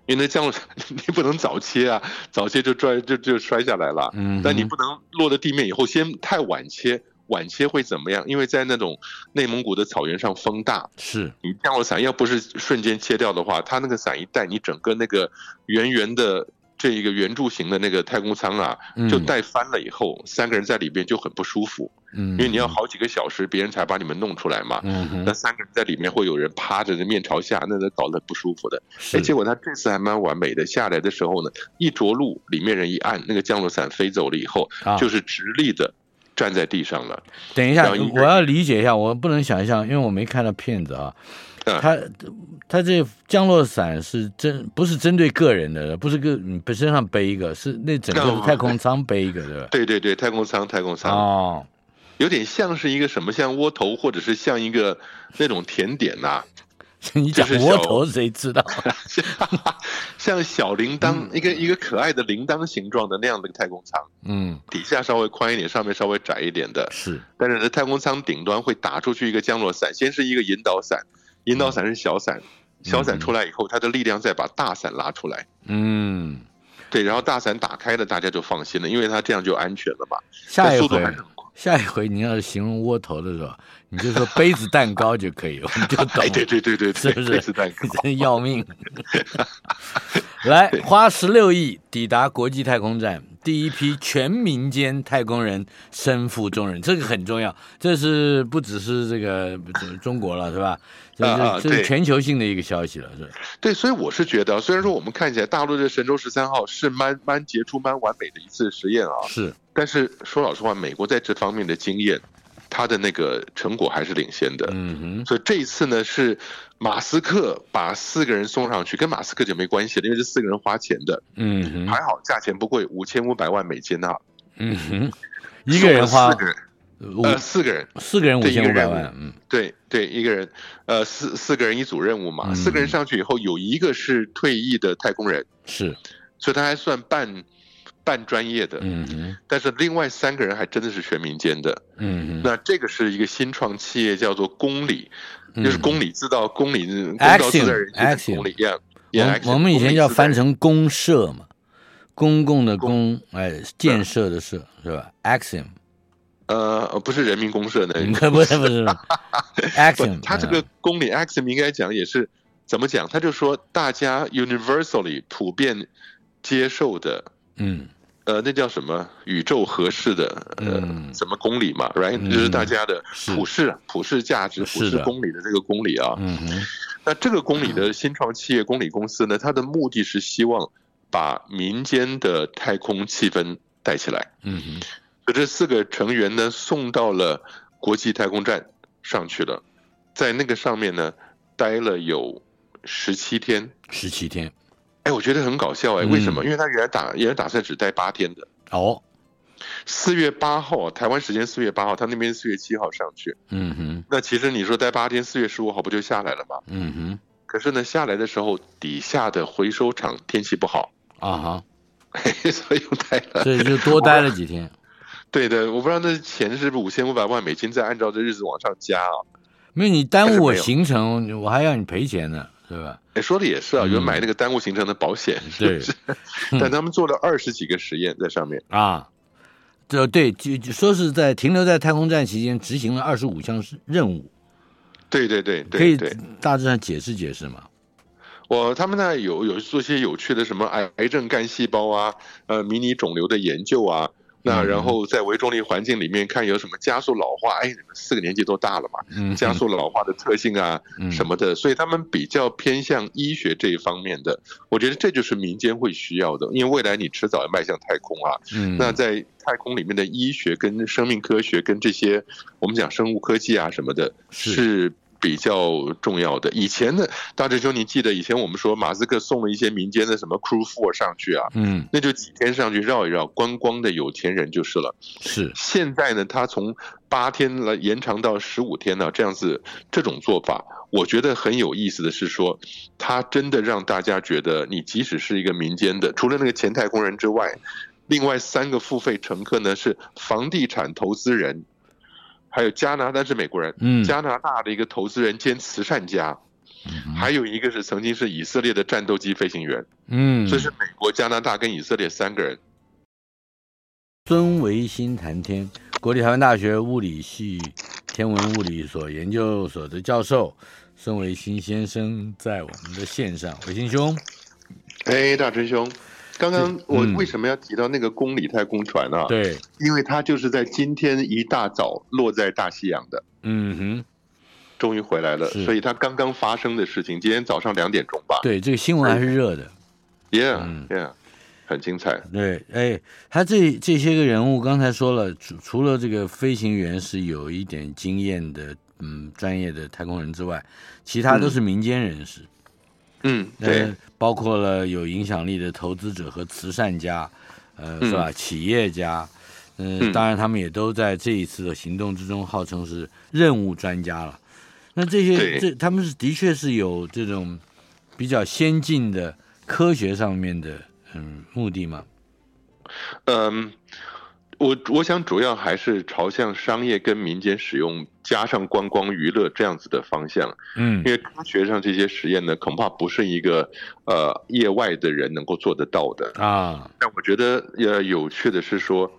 Speaker 3: 因为那降落伞 你不能早切啊，早切就摔就就摔下来了。
Speaker 2: 嗯哼，
Speaker 3: 但你不能落到地面以后先太晚切，晚切会怎么样？因为在那种内蒙古的草原上风大，
Speaker 2: 是，
Speaker 3: 你降落伞要不是瞬间切掉的话，它那个伞一带，你整个那个圆圆的这一个圆柱形的那个太空舱啊，
Speaker 2: 嗯
Speaker 3: 就带翻了以后，三个人在里边就很不舒服，
Speaker 2: 嗯，
Speaker 3: 因为你要好几个小时，别人才把你们弄出来嘛。
Speaker 2: 嗯哼，
Speaker 3: 那三个人在里面会有人趴着的面朝下，那那搞得不舒服的。哎，
Speaker 2: 是，
Speaker 3: 结果他这次还蛮完美的，下来的时候呢，一着陆，里面人一按，那个降落伞飞走了以后，
Speaker 2: 啊
Speaker 3: 就是直立的站在地上了。
Speaker 2: 等一下，
Speaker 3: 要一个
Speaker 2: 我要理解一下，我不能想象，因为我没看到片子啊。
Speaker 3: 嗯
Speaker 2: 他他这降落伞是针，不是针对个人的，不是个你本身上背一个，是那整个
Speaker 3: 嗯
Speaker 2: 太空舱背一个，对吧？
Speaker 3: 对对对，太空舱，太空舱，
Speaker 2: 哦，
Speaker 3: 有点像是一个什么，像窝头，或者是像一个那种甜点呐、
Speaker 2: 你讲
Speaker 3: 这是小
Speaker 2: 窝头谁知 道？
Speaker 3: 像小铃铛，一个一个可爱的铃铛形状的那样的太空舱，
Speaker 2: 嗯，
Speaker 3: 底下稍微宽一点，上面稍微窄一点的，
Speaker 2: 是
Speaker 3: 但是呢，太空舱顶端会打出去一个降落伞，先是一个引导伞，引导伞是小伞，小伞出来以后，它的力量再把大伞拉出来。
Speaker 2: 嗯，
Speaker 3: 对，然后大伞打开了，大家就放心了，因为它这样就安全了嘛。
Speaker 2: 下一
Speaker 3: 速度
Speaker 2: 回
Speaker 3: 还是很快。
Speaker 2: 下一回你要是形容窝头的时候，你就说杯子蛋糕就可以，我们就懂了。
Speaker 3: 哎，对对对 对
Speaker 2: 是
Speaker 3: 对，
Speaker 2: 不
Speaker 3: 类
Speaker 2: 是
Speaker 3: 似蛋糕？
Speaker 2: 真要命！ 来，花十六亿抵达国际太空站，第一批全民间太空人身负重任，这个很重要。这是不只是这个中中国了，是吧？这
Speaker 3: 啊啊
Speaker 2: 是这是
Speaker 3: 对
Speaker 2: 全球性的一个消息了，是吧
Speaker 3: 对，所以我是觉得，虽然说我们看起来大陆的神舟十三号是蛮蛮杰出、蛮完美的一次实验啊，
Speaker 2: 是
Speaker 3: 但是说老实话，美国在这方面的经验，它的那个成果还是领先的。
Speaker 2: 嗯
Speaker 3: 所以这一次呢，是马斯克把四个人送上去，跟马斯克就没关系了，因为这四个人花钱的，
Speaker 2: 哼，嗯哼，
Speaker 3: 还好价钱不贵，五千五百万美金啊，
Speaker 2: 嗯哼，一个人花
Speaker 3: 送了
Speaker 2: 五
Speaker 3: 四个人，呃，四
Speaker 2: 四
Speaker 3: 个人，
Speaker 2: 个人五
Speaker 3: 对一个
Speaker 2: 千五百
Speaker 3: 人
Speaker 2: 万，嗯
Speaker 3: 对对，一个人，呃，四四个人一组任务嘛，
Speaker 2: 嗯
Speaker 3: 四个人上去以后，有一个是退役的太空人，
Speaker 2: 是，
Speaker 3: 所以他还算半半专业的，
Speaker 2: 嗯哼，
Speaker 3: 但是另外三个人还真的是全民间的。
Speaker 2: 嗯哼
Speaker 3: 那这个是一个新创企业，叫做公理，
Speaker 2: 嗯
Speaker 3: 就是公理自道，公理公道自在人
Speaker 2: Axiom，
Speaker 3: 心的公理一样。
Speaker 2: 我
Speaker 3: Yeah，
Speaker 2: 们
Speaker 3: Axiom，
Speaker 2: 我们以前叫翻成公社嘛，公共的
Speaker 3: 公
Speaker 2: 公，哎，建设的社是吧？Axiom，
Speaker 3: 呃，不是人民公社那个，
Speaker 2: 嗯可不是不是
Speaker 3: 不
Speaker 2: ，Axiom，嗯
Speaker 3: 他这个公理 axiom 应该讲也是怎么讲？他就说大家 universally 普遍接受的，
Speaker 2: 嗯
Speaker 3: 呃，那叫什么宇宙合适的，呃
Speaker 2: 嗯，
Speaker 3: 什么公理嘛，right？
Speaker 2: 嗯
Speaker 3: 就是大家的
Speaker 2: 是
Speaker 3: 普世普世价值、普
Speaker 2: 是
Speaker 3: 世
Speaker 2: 的
Speaker 3: 公理的这个公理啊。
Speaker 2: 嗯哼
Speaker 3: 那这个公理的新创企业公理公司呢，它的目的是希望把民间的太空气氛带起来。
Speaker 2: 嗯哼，
Speaker 3: 所以这四个成员呢，送到了国际太空站上去了，在那个上面呢，待了有十七天。
Speaker 2: 十七天
Speaker 3: 哎，我觉得很搞笑哎，
Speaker 2: 嗯
Speaker 3: 为什么？因为他原来打原来打算只待八天的。
Speaker 2: 哦，
Speaker 3: 四月八号，啊台湾时间四月八号，他那边四月七号上去。
Speaker 2: 嗯哼
Speaker 3: 那其实你说待八天，四月十五号不就下来了吗？
Speaker 2: 嗯哼
Speaker 3: 可是呢，下来的时候底下的回收厂天气不好，
Speaker 2: 啊
Speaker 3: 所以又待
Speaker 2: 哈，
Speaker 3: 了。
Speaker 2: 所以就 多待了几天，
Speaker 3: 对的，我不知道那钱是不是五千五百万美金，再按照这日子往上加啊。
Speaker 2: 没有你耽误我
Speaker 3: 没有
Speaker 2: 行程，我还要你赔钱呢，是吧？
Speaker 3: 哎，说的也是啊，
Speaker 2: 嗯
Speaker 3: 有买那个耽误行程的保险，是不是？但他们做了二十几个实验在上面，
Speaker 2: 啊。这对，就就说是在停留在太空站期间执行了二十五项任务，
Speaker 3: 对对对
Speaker 2: 可
Speaker 3: 对
Speaker 2: 以
Speaker 3: 对。
Speaker 2: 大致上解释解释嘛？
Speaker 3: 我他们那有有做些有趣的什么癌癌症干细胞啊，呃，迷你肿瘤的研究啊。那
Speaker 2: 嗯
Speaker 3: 然后在微重力环境里面看有什么加速老化，哎，你们四个年纪都大了嘛，
Speaker 2: 嗯，
Speaker 3: 加速老化的特性啊
Speaker 2: 嗯
Speaker 3: 什么的，所以他们比较偏向医学这一方面的。我觉得这就是民间会需要的，因为未来你迟早要迈向太空啊。
Speaker 2: 嗯，
Speaker 3: 那在太空里面的医学跟生命科学跟这些我们讲生物科技啊什么的，
Speaker 2: 是
Speaker 3: 是比较重要的。以前的大志兄，你记得以前我们说马斯克送了一些民间的什么 Crew Four 上去啊，
Speaker 2: 嗯，
Speaker 3: 那就几天上去绕一绕，观光的有钱人就是了。
Speaker 2: 是，
Speaker 3: 现在呢，他从八天来延长到十五天呢、这样子这种做法，我觉得很有意思的是说，他真的让大家觉得，你即使是一个民间的，除了那个前太空人之外，另外三个付费乘客呢是房地产投资人，还有加拿大是美国人，
Speaker 2: 嗯，
Speaker 3: 加拿大的一个投资人兼慈善家，还有一个是曾经是以色列的战斗机飞行员，
Speaker 2: 嗯，
Speaker 3: 这是美国、加拿大跟以色列三个人。
Speaker 2: 孙维新谈天，国立台湾大学物理系天文物理所研究所的教授孙维新先生在我们的线上，维新兄，
Speaker 3: 哎，大真兄，刚刚我
Speaker 2: 嗯
Speaker 3: 为什么要提到那个公里太空船啊？，
Speaker 2: 对，
Speaker 3: 因为它就是在今天一大早落在大西洋的，
Speaker 2: 嗯哼，
Speaker 3: 终于回来了，
Speaker 2: 是
Speaker 3: 所以它刚刚发生的事情，今天早上两点钟吧
Speaker 2: 对，这个新闻还是热的，
Speaker 3: ，Yeah
Speaker 2: 嗯
Speaker 3: Yeah，很精彩。
Speaker 2: 对，哎，他这这些个人物，刚才说了，除除了这个飞行员是有一点经验的，嗯，专业的太空人之外，其他都是民间人士，
Speaker 3: 嗯，对
Speaker 2: 呃，，包括了有影响力的投资者和慈善家，呃，是吧？企业家，嗯，
Speaker 3: 嗯
Speaker 2: 当然他们也都在这一次的行动之中号称是任务专家了。那这些
Speaker 3: 对
Speaker 2: 这他们是的确是有这种比较先进的科学上面的嗯目的嘛？
Speaker 3: 嗯。我我想主要还是朝向商业跟民间使用，加上观光娱乐这样子的方向。
Speaker 2: 嗯
Speaker 3: 因为科学上这些实验呢，恐怕不是一个呃业外的人能够做得到的。
Speaker 2: 啊，
Speaker 3: 但我觉得呃有趣的是说，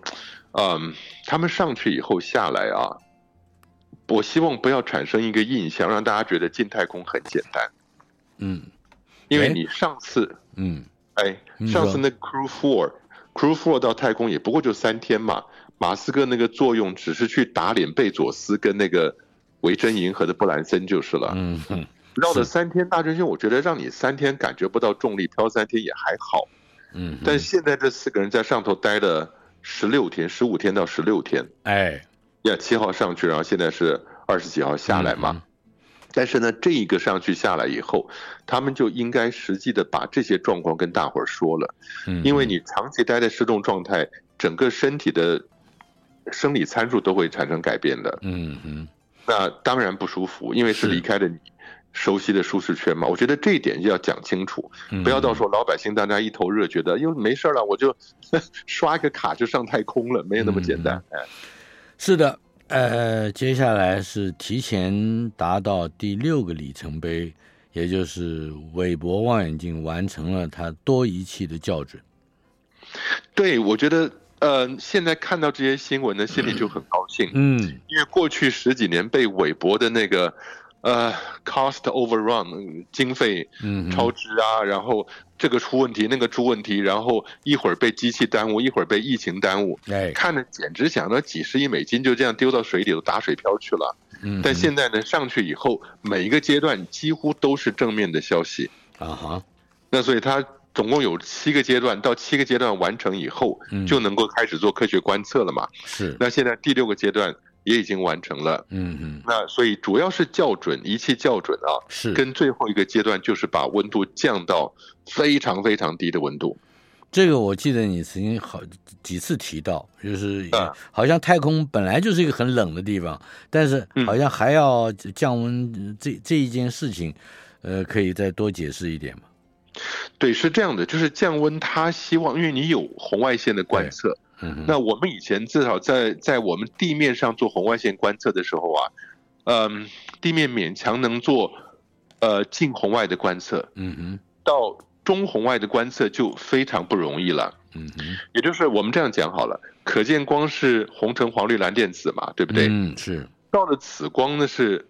Speaker 3: 嗯，他们上去以后下来啊，我希望不要产生一个印象，让大家觉得进太空很简单，
Speaker 2: 嗯
Speaker 3: 因为
Speaker 2: 哎
Speaker 3: 你上次
Speaker 2: 嗯
Speaker 3: 哎
Speaker 2: 你，说
Speaker 3: 上次那 Crew Four Crew Four 到太空也不过就三天嘛，马斯克那个作用只是去打脸贝佐斯跟那个维珍银河的布兰森就是了。
Speaker 2: 嗯哼
Speaker 3: 绕了三天大真凶，我觉得让你三天感觉不到重力，飘三天也还好。
Speaker 2: 嗯哼，
Speaker 3: 但现在这四个人在上头待了十六天，十五天到十六天，
Speaker 2: 哎
Speaker 3: 呀，七号上去，然后现在是二十几号下来
Speaker 2: 嗯
Speaker 3: 嘛。但是呢，这一个上去下来以后，他们就应该实际的把这些状况跟大伙儿说了，
Speaker 2: 嗯，
Speaker 3: 因为你长期待在失重状态，整个身体的生理参数都会产生改变的。
Speaker 2: 嗯哼
Speaker 3: 那当然不舒服，因为是
Speaker 2: 是
Speaker 3: 离开了你熟悉的舒适圈嘛。我觉得这一点要讲清楚，
Speaker 2: 嗯
Speaker 3: 不要到时候老百姓大家一头热，觉得哟没事儿了，我就 刷一个卡就上太空了，没有那么简单。
Speaker 2: 嗯
Speaker 3: 哎，
Speaker 2: 是的，呃，接下来是提前达到第六个里程碑，也就是韦伯望远镜完成了它多仪器的校准。
Speaker 3: 对，我觉得呃，现在看到这些新闻呢，心里就很高兴，
Speaker 2: 嗯，
Speaker 3: 因为过去十几年被韦伯的那个呃 cost overrun 嗯经费
Speaker 2: 嗯哼
Speaker 3: 超支啊，然后这个出问题，那个出问题，然后一会儿被机器耽误，一会儿被疫情耽误，
Speaker 2: 哎，
Speaker 3: 看着简直想着几十亿美金就这样丢到水里头打水漂去了。
Speaker 2: 嗯哼，
Speaker 3: 但现在呢，上去以后每一个阶段几乎都是正面的消息，
Speaker 2: 啊哈，
Speaker 3: 那所以它总共有七个阶段，到七个阶段完成以后
Speaker 2: 嗯，
Speaker 3: 就能够开始做科学观测了嘛。
Speaker 2: 是，
Speaker 3: 那现在第六个阶段也已经完成了，
Speaker 2: 嗯哼，
Speaker 3: 那所以主要是校准仪器校准啊，
Speaker 2: 是。
Speaker 3: 跟最后一个阶段就是把温度降到非常非常低的温度。
Speaker 2: 这个我记得你曾经好几次提到，就是
Speaker 3: 啊
Speaker 2: 好像太空本来就是一个很冷的地方，但是
Speaker 3: 嗯
Speaker 2: 好像还要降温，呃这这一件事情，呃，可以再多解释一点吗？
Speaker 3: 对，是这样的，就是降温，它希望因为你有红外线的观测，
Speaker 2: 嗯哼，
Speaker 3: 那我们以前至少在在我们地面上做红外线观测的时候啊，嗯，地面勉强能做呃近红外的观测，
Speaker 2: 嗯哼，
Speaker 3: 到中红外的观测就非常不容易了。
Speaker 2: 嗯哼，
Speaker 3: 也就是我们这样讲好了，可见光是红橙黄绿蓝靛紫嘛，对不对？
Speaker 2: 嗯，是
Speaker 3: 到了紫光呢是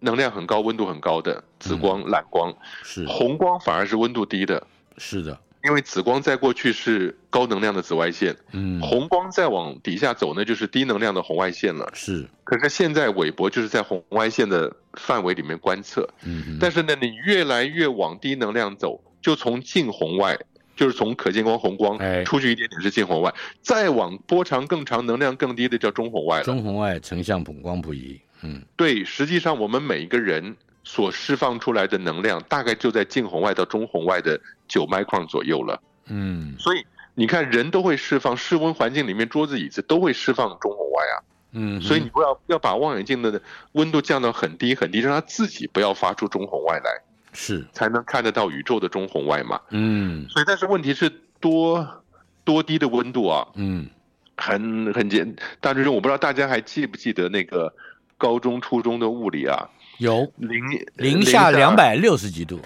Speaker 3: 能量很高、温度很高的紫光、蓝光，
Speaker 2: 嗯是
Speaker 3: 红光反而是温度低的，
Speaker 2: 是的，
Speaker 3: 因为紫光在过去是高能量的紫外线，
Speaker 2: 嗯，
Speaker 3: 红光再往底下走呢就是低能量的红外线了。
Speaker 2: 是，
Speaker 3: 可是现在韦伯就是在红外线的范围里面观测，
Speaker 2: 嗯哼，
Speaker 3: 但是呢，你越来越往低能量走，就从近红外，就是从可见光红光
Speaker 2: 哎
Speaker 3: 出去一点点是近红
Speaker 2: 嗯
Speaker 3: 外，再往波长更长、能量更低的叫中红外了。
Speaker 2: 中红外成像谱光谱仪，嗯
Speaker 3: 对，实际上我们每一个人所释放出来的能量，大概就在近红外到中红外的九麦克左右了。
Speaker 2: 嗯
Speaker 3: 所以你看，人都会释放，室温环境里面桌子椅子都会释放中红外啊。
Speaker 2: 嗯，
Speaker 3: 所以你不要要把望远镜的温度降到很低很低，让它自己不要发出中红外来，
Speaker 2: 是
Speaker 3: 才能看得到宇宙的中红外嘛。
Speaker 2: 嗯
Speaker 3: 所以，但是问题是多多低的温度啊，
Speaker 2: 嗯
Speaker 3: 很很简大致上，我不知道大家还记不记得那个高中、初中的物理啊，
Speaker 2: 有
Speaker 3: 零
Speaker 2: 零下两，百六十几度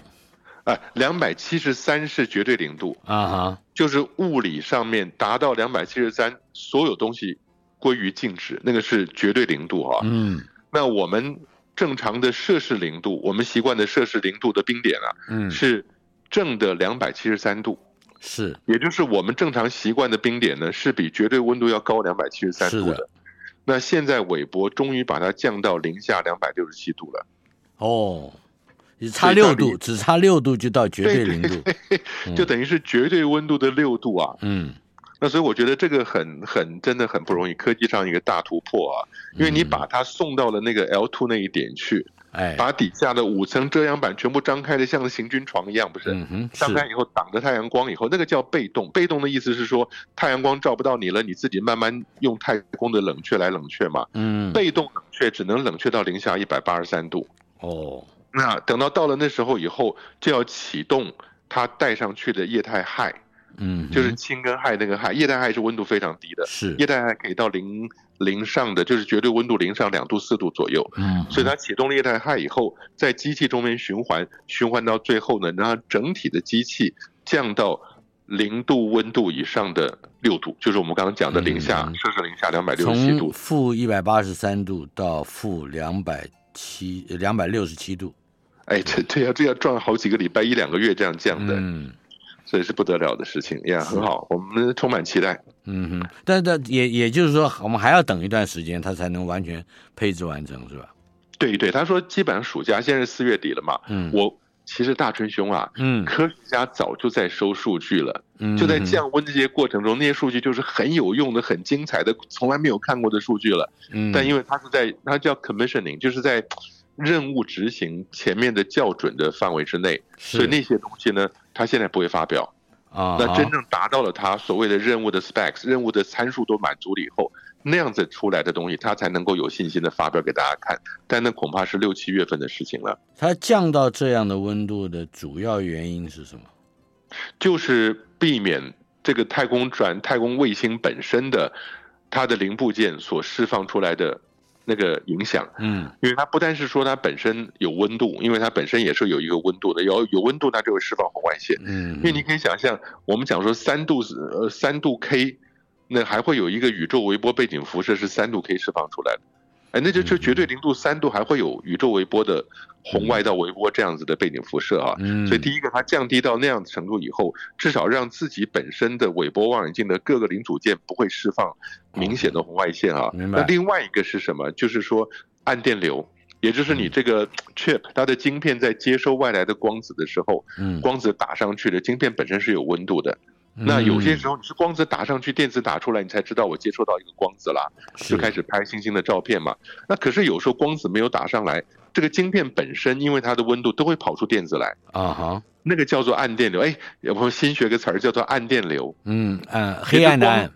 Speaker 3: 哎，两百七十三是绝对零度，
Speaker 2: 啊哈，
Speaker 3: 就是物理上面达到两百七十三，所有东西归于静止，那个是绝对零度啊。
Speaker 2: 嗯
Speaker 3: 那我们正常的摄氏零度，我们习惯的摄氏零度的冰点啊，
Speaker 2: 嗯
Speaker 3: 是正的两百七十三度，
Speaker 2: 是
Speaker 3: 也就是我们正常习惯的冰点呢，是比绝对温度要高两百七十三
Speaker 2: 是
Speaker 3: 度的
Speaker 2: 的。
Speaker 3: 那现在韦伯终于把它降到零下两百六十七度了，
Speaker 2: 哦，只差六
Speaker 3: 所以到
Speaker 2: 度，
Speaker 3: 底
Speaker 2: 只差六度就到绝对零度，
Speaker 3: 就等于是绝对温度的六度啊。
Speaker 2: 嗯
Speaker 3: 那所以我觉得这个很很真的很不容易，科技上一个大突破啊，因为你把它送到了那个 L two 那一点去，
Speaker 2: 嗯哎，
Speaker 3: 把底下的五层遮阳板全部张开的，像个行军床一样，不是？
Speaker 2: 嗯哼
Speaker 3: 张开
Speaker 2: 是
Speaker 3: 以后挡着太阳光以后，那个叫被动。被动的意思是说，太阳光照不到你了，你自己慢慢用太空的冷却来冷却嘛。
Speaker 2: 嗯
Speaker 3: 被动冷却只能冷却到零下一百八十三度。
Speaker 2: 哦
Speaker 3: 那等到到了那时候以后，就要启动它带上去的液态氦，
Speaker 2: 嗯哼
Speaker 3: 就是氢跟氦那个氦。液态氦是温度非常低的，
Speaker 2: 是
Speaker 3: 液态氦可以到零零上的，就是绝对温度零上两度四度左右。
Speaker 2: 嗯哼
Speaker 3: 所以它启动了液态氦以后，在机器中间循环，循环到最后呢，让它整体的机器降到零度温度以上的六度，就是我们刚刚讲的零下
Speaker 2: 嗯
Speaker 3: 摄氏零下两百六十七
Speaker 2: 从
Speaker 3: 度。
Speaker 2: 负一百八十三度到负两百七两百六十七度，
Speaker 3: 哎，这这要这要转好几个礼拜，一两个月这样降的，
Speaker 2: 嗯。
Speaker 3: 所以是不得了的事情呀，很好，我们充满期待。
Speaker 2: 嗯哼，但但也也就是说，我们还要等一段时间，它才能完全配置完成，是吧？
Speaker 3: 对对，他说基本上暑假现在是四月底了嘛，
Speaker 2: 嗯，
Speaker 3: 我其实大春兄啊，
Speaker 2: 嗯
Speaker 3: 科学家早就在收数据了。
Speaker 2: 嗯
Speaker 3: 就在降温这些过程中，那些数据就是很有用的、很精彩的，从来没有看过的数据了。
Speaker 2: 嗯，
Speaker 3: 但
Speaker 2: 为
Speaker 3: 因为它是在它叫 commissioning，就是在任务执行前面的校准的范围之内，所以那些东西呢，它现在不会发表。
Speaker 2: 啊，
Speaker 3: 那真正达到了它所谓的任务的 specs、任务的参数都满足了以后，那样子出来的东西，它才能够有信心的发表给大家看。但那恐怕是六七月份的事情了。
Speaker 2: 它降到这样的温度的主要原因是什么？
Speaker 3: 就是避免这个太空船、太空卫星本身的它的零部件所释放出来的那个影响。
Speaker 2: 嗯
Speaker 3: 因为它不但是说它本身有温度，因为它本身也是有一个温度的，有有温度它就会释放红外线。
Speaker 2: 嗯，
Speaker 3: 因为你可以想象，我们讲说三度呃三度 K，那还会有一个宇宙微波背景辐射是三度 K 释放出来的，哎，那就就绝对零度三度还会有宇宙微波的红外到微波这样子的背景辐射啊。
Speaker 2: 嗯，
Speaker 3: 所以第一个，它降低到那样的程度以后，至少让自己本身的韦伯望远镜的各个零组件不会释放明显的红外线啊。
Speaker 2: 哦明白
Speaker 3: 那另外一个是什么？就是说暗电流，也就是
Speaker 2: 嗯
Speaker 3: 你这个 chip 它的晶片在接收外来的光子的时候，
Speaker 2: 嗯，
Speaker 3: 光子打上去的晶片本身是有温度的。那有些时候你是光子打上去，电子打出来，你才知道我接收到一个光子啦，就开
Speaker 2: 始
Speaker 3: 始拍星星的照片嘛。那可是有时候光子没有打上来，这个晶片本身因为它的温度都会跑出电子来。
Speaker 2: 啊哈，
Speaker 3: 那个叫做暗电流，哎，我们新学个词儿叫做暗电流。
Speaker 2: 嗯嗯，黑暗的暗，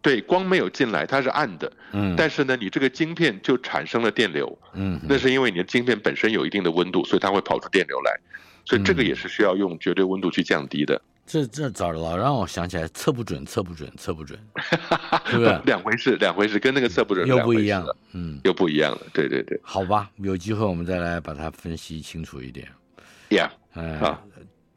Speaker 3: 对，光没有进来，它是暗的，
Speaker 2: 嗯，
Speaker 3: 但是呢，你这个晶片就产生了电流，
Speaker 2: 嗯
Speaker 3: 那是因为你的晶片本身有一定的温度，所以它会跑出电流来，所以这个也是需要用绝对温度去降低的，
Speaker 2: 这这早老让我想起来，测不准，测不准，测不准，是不是
Speaker 3: 啊 两回事，两回事，跟那个测不准是
Speaker 2: 又
Speaker 3: 两
Speaker 2: 不
Speaker 3: 回事
Speaker 2: 一样
Speaker 3: 了，？
Speaker 2: 嗯，
Speaker 3: 又不一样了，对对对
Speaker 2: 好吧，有机会我们再来把它分析清楚一点。
Speaker 3: ，Yeah，
Speaker 2: 哎
Speaker 3: 啊，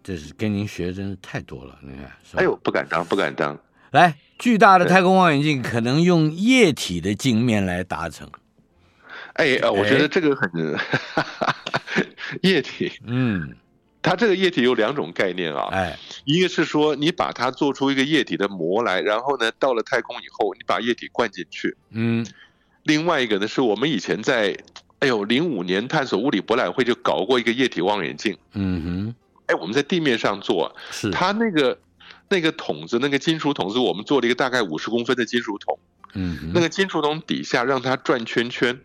Speaker 2: 这是跟您学真是太多了，你看，是吧
Speaker 3: 哎呦，，不敢当，不敢当，
Speaker 2: 来，巨大的太空望远镜可能用液体的镜面来达成，
Speaker 3: 哎，呃，我觉
Speaker 2: 哎
Speaker 3: 得这个很， 液体，
Speaker 2: 嗯，
Speaker 3: 它这个液体有两种概念啊，
Speaker 2: 哎，
Speaker 3: 一个是说你把它做出一个液体的膜来，然后呢，到了太空以后，你把液体灌进去。
Speaker 2: 嗯，
Speaker 3: 另外一个呢，是我们以前在，哎呦，零五年探索物理博览会就搞过一个液体望远镜，
Speaker 2: 嗯
Speaker 3: 哎，我们在地面上做，
Speaker 2: 哼，是，
Speaker 3: 它那个。那个桶子，那个金属桶子，我们做了一个大概五十公分的金属桶，
Speaker 2: 嗯哼，
Speaker 3: 那个金属桶底下让它转圈圈，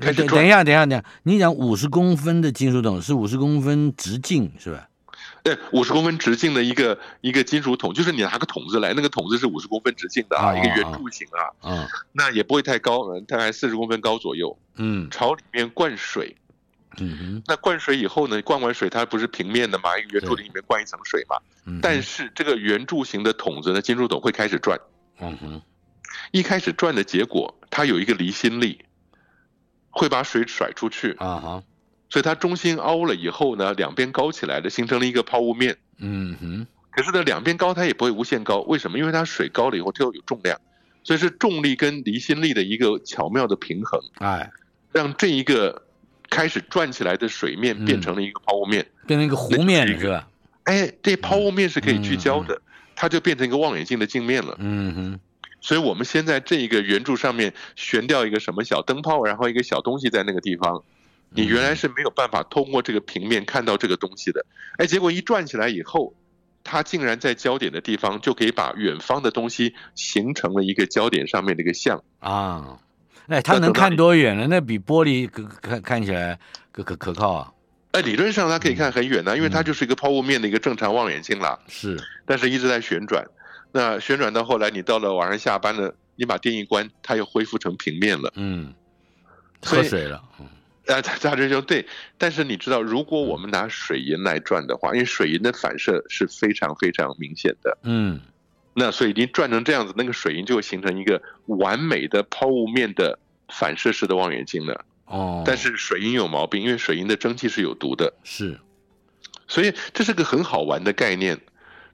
Speaker 3: 开始
Speaker 2: 等等一
Speaker 3: 转。
Speaker 2: 下，等一下，等一下，你讲五十公分的金属桶是五十公分直径是吧？
Speaker 3: 对，哎五十公分直径的一个一个金属桶，就是你拿个桶子来，那个桶子是五十公分直径的
Speaker 2: 啊
Speaker 3: 啊，一个
Speaker 2: 啊
Speaker 3: 圆
Speaker 2: 啊
Speaker 3: 柱形啊，
Speaker 2: 啊，
Speaker 3: 那也不会太高，嗯大概四十公分高左右，
Speaker 2: 嗯
Speaker 3: 朝里面灌水。
Speaker 2: 嗯哼，
Speaker 3: 那灌水以后呢？灌完水它不是平面的嘛，一个圆柱
Speaker 2: 对
Speaker 3: 里面灌一层水嘛。
Speaker 2: 嗯哼
Speaker 3: 但是这个圆柱形的桶子呢，金属桶会开始转。
Speaker 2: 嗯哼，
Speaker 3: 一开始转的结果，它有一个离心力，会把水甩出去。
Speaker 2: 啊好，
Speaker 3: 所以它中心凹了以后呢，两边高起来的，形成了一个抛物面。
Speaker 2: 嗯哼，
Speaker 3: 可是呢，两边高它也不会无限高，为什么？因为它水高了以后，它又有重量，所以是重力跟离心力的一个巧妙的平衡，
Speaker 2: 哎，
Speaker 3: 让这一个开始转起来的水面
Speaker 2: 嗯
Speaker 3: 变成了一个抛物面。
Speaker 2: 变成一个弧面
Speaker 3: 那
Speaker 2: 了
Speaker 3: 就是
Speaker 2: 吧？
Speaker 3: 哎，这抛物面是可以聚焦的，它就变成一个望远镜的镜面了。
Speaker 2: 嗯哼，
Speaker 3: 所以我们先在这一个圆柱上面悬吊一个什么小灯泡，然后一个小东西在那个地方，
Speaker 2: 嗯
Speaker 3: 你原来是没有办法通过这个平面看到这个东西的。哎，结果一转起来以后，它竟然在焦点的地方就可以把远方的东西形成了一个焦点上面的一个像。
Speaker 2: 啊，哎，它
Speaker 3: 那
Speaker 2: 能
Speaker 3: 等到
Speaker 2: 看
Speaker 3: 你
Speaker 2: 多远呢？那比玻璃可看看起来可可可靠啊，
Speaker 3: 哎，理论上它可以看很远呢、因为它就是一个抛物面的一个正常望远镜啦。
Speaker 2: 是，
Speaker 3: 但是一直在旋转。那旋转到后来，你到了晚上下班了，你把电一关，它又恢复成平面了。
Speaker 2: 嗯，
Speaker 3: 所
Speaker 2: 喝
Speaker 3: 以
Speaker 2: 水了，嗯
Speaker 3: 啊，它它这就对。但是你知道，如果我们拿水银来转的话，因为水银的反射是非常非常明显的。
Speaker 2: 嗯
Speaker 3: 那所以你转成这样子，那个水银就会形成一个完美的抛物面的反射式的望远镜了。
Speaker 2: 哦，
Speaker 3: 但是水银有毛病，因为水银的蒸汽是有毒的。
Speaker 2: 是，
Speaker 3: 所以这是个很好玩的概念。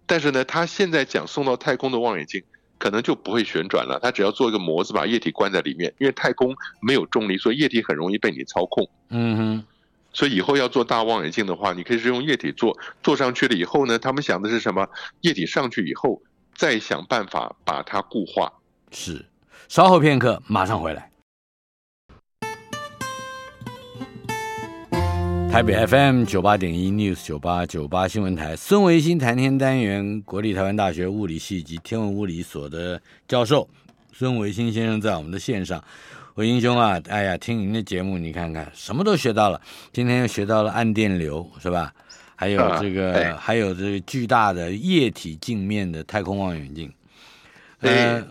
Speaker 3: 但是呢，它现在讲送到太空的望远镜，可能就不会旋转了，它只要做一个模子，把液体关在里面，因为太空没有重力，所以液体很容易被你操控。
Speaker 2: 嗯哼，
Speaker 3: 所以以后要做大望远镜的话，你可以是用液体做，做上去了以后呢，他们想的是什么？液体上去以后，再想办法把它固化。
Speaker 2: 是。稍后片刻，马上回来。台北 FM 九八点一 News 九八九八新闻台，孙维新谈天单元，国立台湾大学物理系及天文物理所的教授孙维新先生在我们的线上。维新兄啊，哎呀，听您的节目，你看看什么都学到了，今天又学到了暗电流，是吧？还有
Speaker 3: 啊
Speaker 2: 这个，
Speaker 3: 对
Speaker 2: 还有这个巨大的液体镜面的太空望远镜。呃
Speaker 3: 对，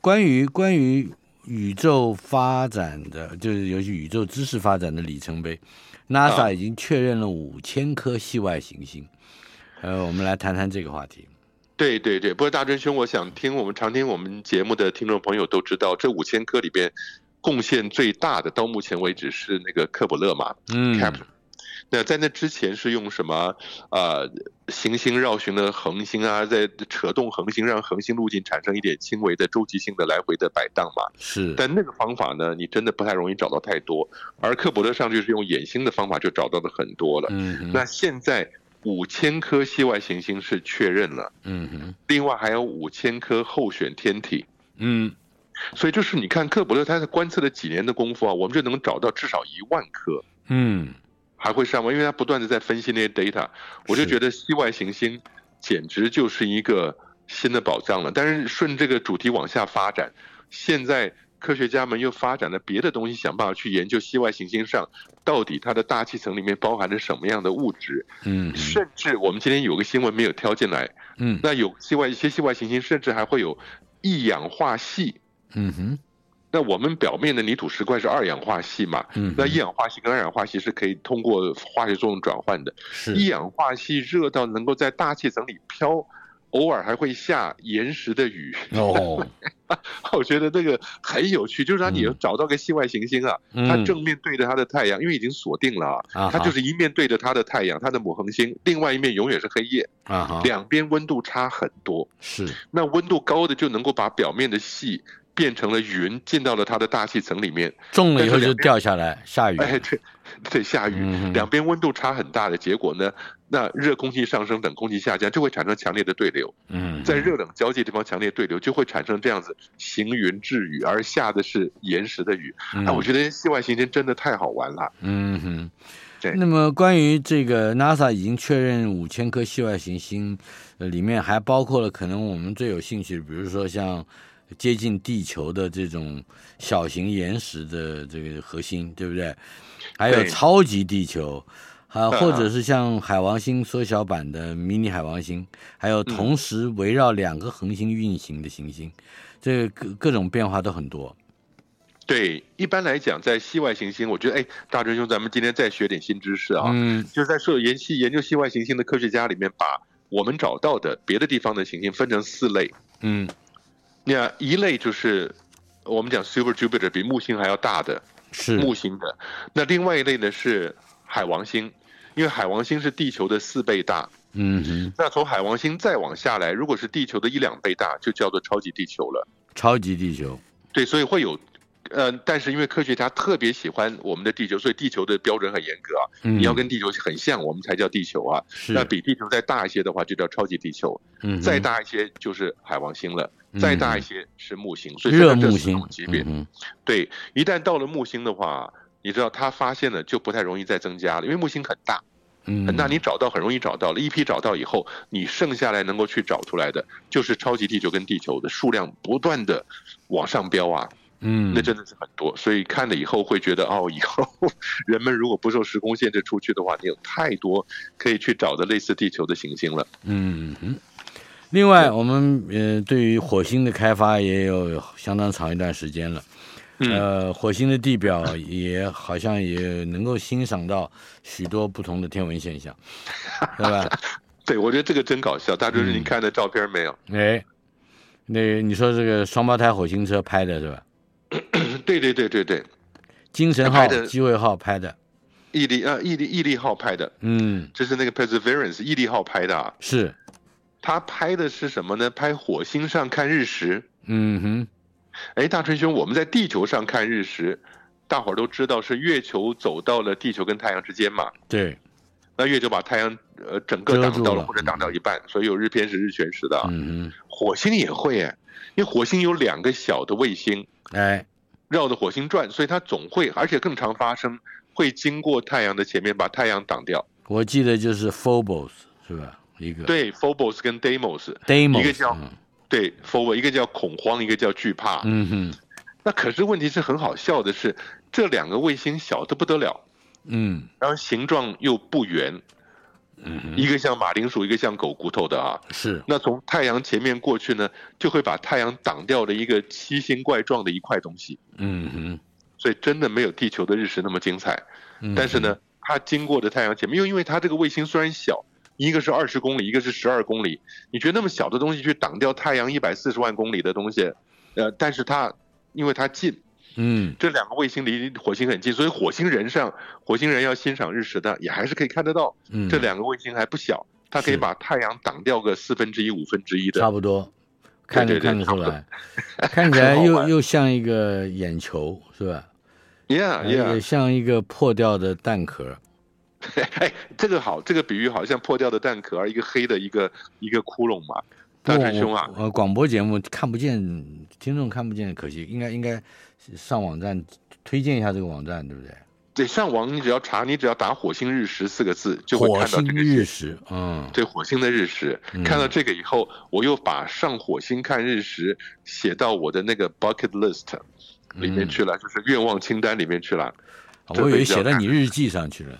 Speaker 2: 关于关于宇宙发展的，就是尤其宇宙知识发展的里程碑
Speaker 3: 啊
Speaker 2: ，NASA 已经确认了五千颗系外行星。呃，我们来谈谈这个话题。
Speaker 3: 对对对，不过大真兄，我想听我们常听我们节目的听众朋友都知道，这五千颗里边，贡献最大的到目前为止是那个克卜勒嘛，
Speaker 2: 嗯
Speaker 3: Captain 那在那之前是用什么呃行星绕行的恒星啊，在扯动恒星，让恒星路径产生一点轻微的周期性的来回的摆荡嘛。
Speaker 2: 是，
Speaker 3: 但那个方法呢，你真的不太容易找到太多。而克伯勒上去是用衍星的方法就找到了很多了。
Speaker 2: 嗯哼，
Speaker 3: 那现在五千颗系外行星是确认了，
Speaker 2: 嗯哼，
Speaker 3: 另外还有五千颗候选天体。
Speaker 2: 嗯，
Speaker 3: 所以就是你看克伯勒他在观测了几年的功夫啊，我们就能找到至少一万颗。
Speaker 2: 嗯，
Speaker 3: 还会上网，因为他不断的在分析那些 data，我就是觉得系外行星简直就是一个新的宝藏了。但是顺这个主题往下发展，现在科学家们又发展了别的东西，想办法去研究系外行星上到底它的大气层里面包含着什么样的物质。
Speaker 2: 嗯哼，
Speaker 3: 甚至我们今天有个新闻没有挑进来，
Speaker 2: 嗯，
Speaker 3: 那有系外一些系外行星，甚至还会有一氧化系。
Speaker 2: 嗯哼，
Speaker 3: 那我们表面的泥土石块是二氧化系嘛？
Speaker 2: 嗯哼，
Speaker 3: 那一氧化系跟二氧化系是可以通过化学作用转换的。
Speaker 2: 是，
Speaker 3: 一氧化系热到能够在大气层里飘，偶尔还会下岩石的雨。
Speaker 2: 哦，
Speaker 3: 我觉得这个很有趣，就是让你
Speaker 2: 嗯
Speaker 3: 找到个系外行星啊，它
Speaker 2: 嗯，
Speaker 3: 正面对着它的太阳，因为已经锁定了啊。
Speaker 2: 啊哈，
Speaker 3: 它就是一面对着它的太阳，它的母恒星，另外一面永远是黑夜，
Speaker 2: 啊哈，
Speaker 3: 两边温度差很多。
Speaker 2: 是，
Speaker 3: 那温度高的就能够把表面的系变成了云，进到了它的大气层里面。
Speaker 2: 中了以后
Speaker 3: 但是
Speaker 2: 就
Speaker 3: 两边
Speaker 2: 掉下来，下雨，
Speaker 3: 哎，对，对，下雨，
Speaker 2: 嗯哼
Speaker 3: 两边温度差很大的结果呢，那热空气上升，冷空气下降，就会产生强烈的对流。
Speaker 2: 嗯，
Speaker 3: 在热冷交界地方强烈对流，就会产生这样子行云致雨，而下的是岩石的雨。
Speaker 2: 嗯，
Speaker 3: 哎、我觉得系外行星真的太好玩了。
Speaker 2: 嗯哼，
Speaker 3: 对
Speaker 2: 那么关于这个 NASA 已经确认五千颗系外行星，呃，里面还包括了可能我们最有兴趣的，比如说像接近地球的这种小型岩石的这个核心，对不对？还有
Speaker 3: 对
Speaker 2: 超级地球，啊，
Speaker 3: 啊
Speaker 2: 或者是像海王星缩小版的迷你海王星，还有同时
Speaker 3: 嗯
Speaker 2: 围绕两个恒星运行的行星，这个各各种变化都很多。
Speaker 3: 对，一般来讲，在系外行星，我觉得，哎，大真兄，咱们今天再学点新知识啊，
Speaker 2: 嗯，
Speaker 3: 就是在受研系研究系外行星的科学家里面，把我们找到的别的地方的行星分成四类。
Speaker 2: 嗯
Speaker 3: 那一类就是我们讲 Super Jupiter 比木星还要大的
Speaker 2: 是
Speaker 3: 木星的，那另外一类呢是海王星，因为海王星是地球的四倍大。
Speaker 2: 嗯哼，
Speaker 3: 那从海王星再往下来，如果是地球的一两倍大，就叫做超级地球了。
Speaker 2: 超级地球，
Speaker 3: 对，所以会有，呃，但是因为科学家特别喜欢我们的地球，所以地球的标准很严格啊，
Speaker 2: 嗯，
Speaker 3: 你要跟地球很像，我们才叫地球啊。
Speaker 2: 是
Speaker 3: 那比地球再大一些的话，就叫超级地球。
Speaker 2: 嗯哼
Speaker 3: 再大一些就是海王星了，
Speaker 2: 嗯
Speaker 3: 再大一些是木星，所以
Speaker 2: 热
Speaker 3: 分成这
Speaker 2: 木
Speaker 3: 四
Speaker 2: 星
Speaker 3: 种级别。
Speaker 2: 嗯哼
Speaker 3: 对，一旦到了木星的话，你知道它发现了就不太容易再增加了，因为木星很大，
Speaker 2: 嗯，
Speaker 3: 很大，你找到很容易找到了，一批找到以后，你剩下来能够去找出来的，就是超级地球跟地球的数量不断的往上飙啊，
Speaker 2: 嗯，
Speaker 3: 那真的是很多。所以看了以后会觉得，哦，以后 人们如果不受时空限制出去的话，你有太多可以去找的类似地球的行星了。
Speaker 2: 嗯哼。另外，我们呃对于火星的开发也有相当长一段时间了。
Speaker 3: 嗯，
Speaker 2: 呃，火星的地表也好像也能够欣赏到许多不同的天文现象，对 吧？
Speaker 3: 对，我觉得这个真搞笑。大周，
Speaker 2: 嗯
Speaker 3: 您看的照片没有？
Speaker 2: 哎，那你说这个双胞胎火星车拍的是吧？
Speaker 3: 对对对对对，
Speaker 2: 精神号
Speaker 3: 拍、的
Speaker 2: 机会号拍的，
Speaker 3: 毅力啊，毅力毅力号拍的，
Speaker 2: 嗯，
Speaker 3: 这是那个 Perseverance 毅力号拍的啊。
Speaker 2: 是，
Speaker 3: 他拍的是什么呢？拍火星上看日食。
Speaker 2: 嗯哼，
Speaker 3: 哎，大春兄，我们在地球上看日食，大伙儿都知道是月球走到了地球跟太阳之间嘛。
Speaker 2: 对，
Speaker 3: 那月球把太阳呃整个
Speaker 2: 遮
Speaker 3: 挡
Speaker 2: 住
Speaker 3: 到
Speaker 2: 了
Speaker 3: 了，或者挡到一半，所以有日偏食、日全食的啊。
Speaker 2: 嗯
Speaker 3: 火星也会哎，因为火星有两个小的卫星
Speaker 2: 哼，哎，
Speaker 3: 绕着火星转，所以它总会，而且更常发生，会经过太阳的前面把太阳挡掉。
Speaker 2: 我记得就是 Phobos 是吧？一个
Speaker 3: 对，Phobos 跟 Deimos，
Speaker 2: Deimos，
Speaker 3: 一个叫
Speaker 2: 嗯
Speaker 3: 对 Phobos 一个叫恐慌，一个叫惧怕。
Speaker 2: 嗯哼，
Speaker 3: 那可是问题是很好笑的是，这两个卫星小的不得了，
Speaker 2: 嗯
Speaker 3: 然后形状又不圆，
Speaker 2: 嗯哼，
Speaker 3: 一个像马铃薯，一个像狗骨头的啊。
Speaker 2: 是，
Speaker 3: 那从太阳前面过去呢，就会把太阳挡掉的一个奇形怪状的一块东西，
Speaker 2: 嗯哼，
Speaker 3: 所以真的没有地球的日食那么精彩。
Speaker 2: 嗯
Speaker 3: 但是呢，它经过的太阳前面，又因为它这个卫星虽然小，一个是二十公里，一个是十二公里，你觉得那么小的东西去挡掉太阳一百四十万公里的东西，呃，但是它因为它近，
Speaker 2: 嗯，
Speaker 3: 这两个卫星离火星很近，所以火星人上火星人要欣赏日食的也还是可以看得到。
Speaker 2: 嗯，
Speaker 3: 这两个卫星还不小，它可以
Speaker 2: 是
Speaker 3: 把太阳挡掉个四分之一、五分之一
Speaker 2: 差
Speaker 3: 的。
Speaker 2: 不多，
Speaker 3: 对
Speaker 2: 看得
Speaker 3: 对对
Speaker 2: 看得出
Speaker 3: 差不多
Speaker 2: 来，看起来
Speaker 3: 很好
Speaker 2: 又
Speaker 3: 玩
Speaker 2: 又像一个眼球是吧？呃
Speaker 3: Yeah
Speaker 2: 哎也
Speaker 3: 啊 yeah，
Speaker 2: 像一个破掉的蛋壳。
Speaker 3: 哎，这个好，这个比喻好像破掉的蛋壳，一个黑的一个一个窟窿嘛。大师兄啊
Speaker 2: 我，我呃，广播节目看不见，听众看不见，可惜，应该应该上网站推荐一下这个网站，对不对？
Speaker 3: 对，上网你只要查，你只要打“火星日食”四个字，就会
Speaker 2: 火
Speaker 3: 看到
Speaker 2: 星嗯
Speaker 3: 这个
Speaker 2: 日食，嗯，
Speaker 3: 对火星的日食，看到这个以后，我又把上火星看日食写到我的那个 bucket list 里
Speaker 2: 嗯
Speaker 3: 面去了，就是愿望清单里面去了。
Speaker 2: 我以为写
Speaker 3: 准备
Speaker 2: 到
Speaker 3: 要
Speaker 2: 你日记上去了。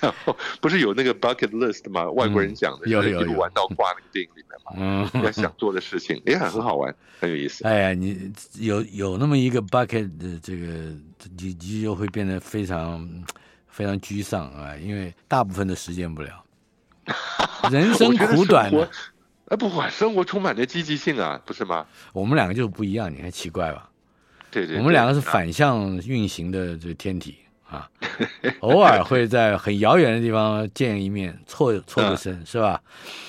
Speaker 3: 然后不是有那个 bucket list 吗？外国人讲的，
Speaker 2: 嗯有
Speaker 3: 就是
Speaker 2: 有
Speaker 3: 一路
Speaker 2: 有
Speaker 3: 玩到挂那个电影里面嘛，
Speaker 2: 嗯，
Speaker 3: 要想做的事情也很好玩，很有意思。
Speaker 2: 哎呀，你有有那么一个 bucket 的这个，你你就会变得非常非常沮丧啊，因为大部分的实现不 了。人生
Speaker 3: 我觉得
Speaker 2: 苦短啊
Speaker 3: 生
Speaker 2: 的
Speaker 3: 活，哎，不管生活充满着积极性啊，不是吗？
Speaker 2: 我们两个就是不一样，你看奇怪吧？
Speaker 3: 对对对啊
Speaker 2: 我们两个是反向运行的这个天体 啊，偶尔会在很遥远的地方见一面，错错
Speaker 3: 嗯
Speaker 2: 个身、是吧？